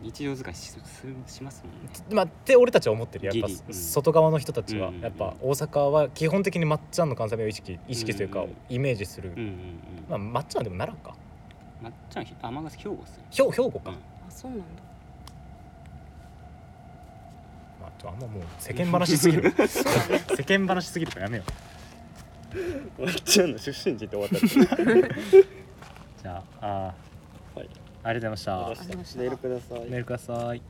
Speaker 3: 日常使いしすしますもんね
Speaker 1: まあって俺たちは思ってるやっぱ
Speaker 3: ギリうん
Speaker 1: 外側の人たちは
Speaker 3: うん
Speaker 1: やっぱ大阪は基本的にまっちゃんの関西弁を意識意識というか
Speaker 3: うん
Speaker 1: イメージす
Speaker 3: う
Speaker 1: る
Speaker 3: んうんうん
Speaker 1: まあまっちゃんはでも奈良か
Speaker 3: まっちゃん天ヶ兵庫っすよ
Speaker 1: 兵兵庫か
Speaker 3: う
Speaker 2: あ
Speaker 3: ん
Speaker 2: そうなんだ
Speaker 1: まあちょあんまもう世間話すぎる 世間話すぎるからやめよう
Speaker 3: まっちゃんの出身地って終わった
Speaker 1: じゃああー
Speaker 3: はい
Speaker 1: ありがとうございました
Speaker 2: ありがとうございました
Speaker 3: ください
Speaker 1: メールください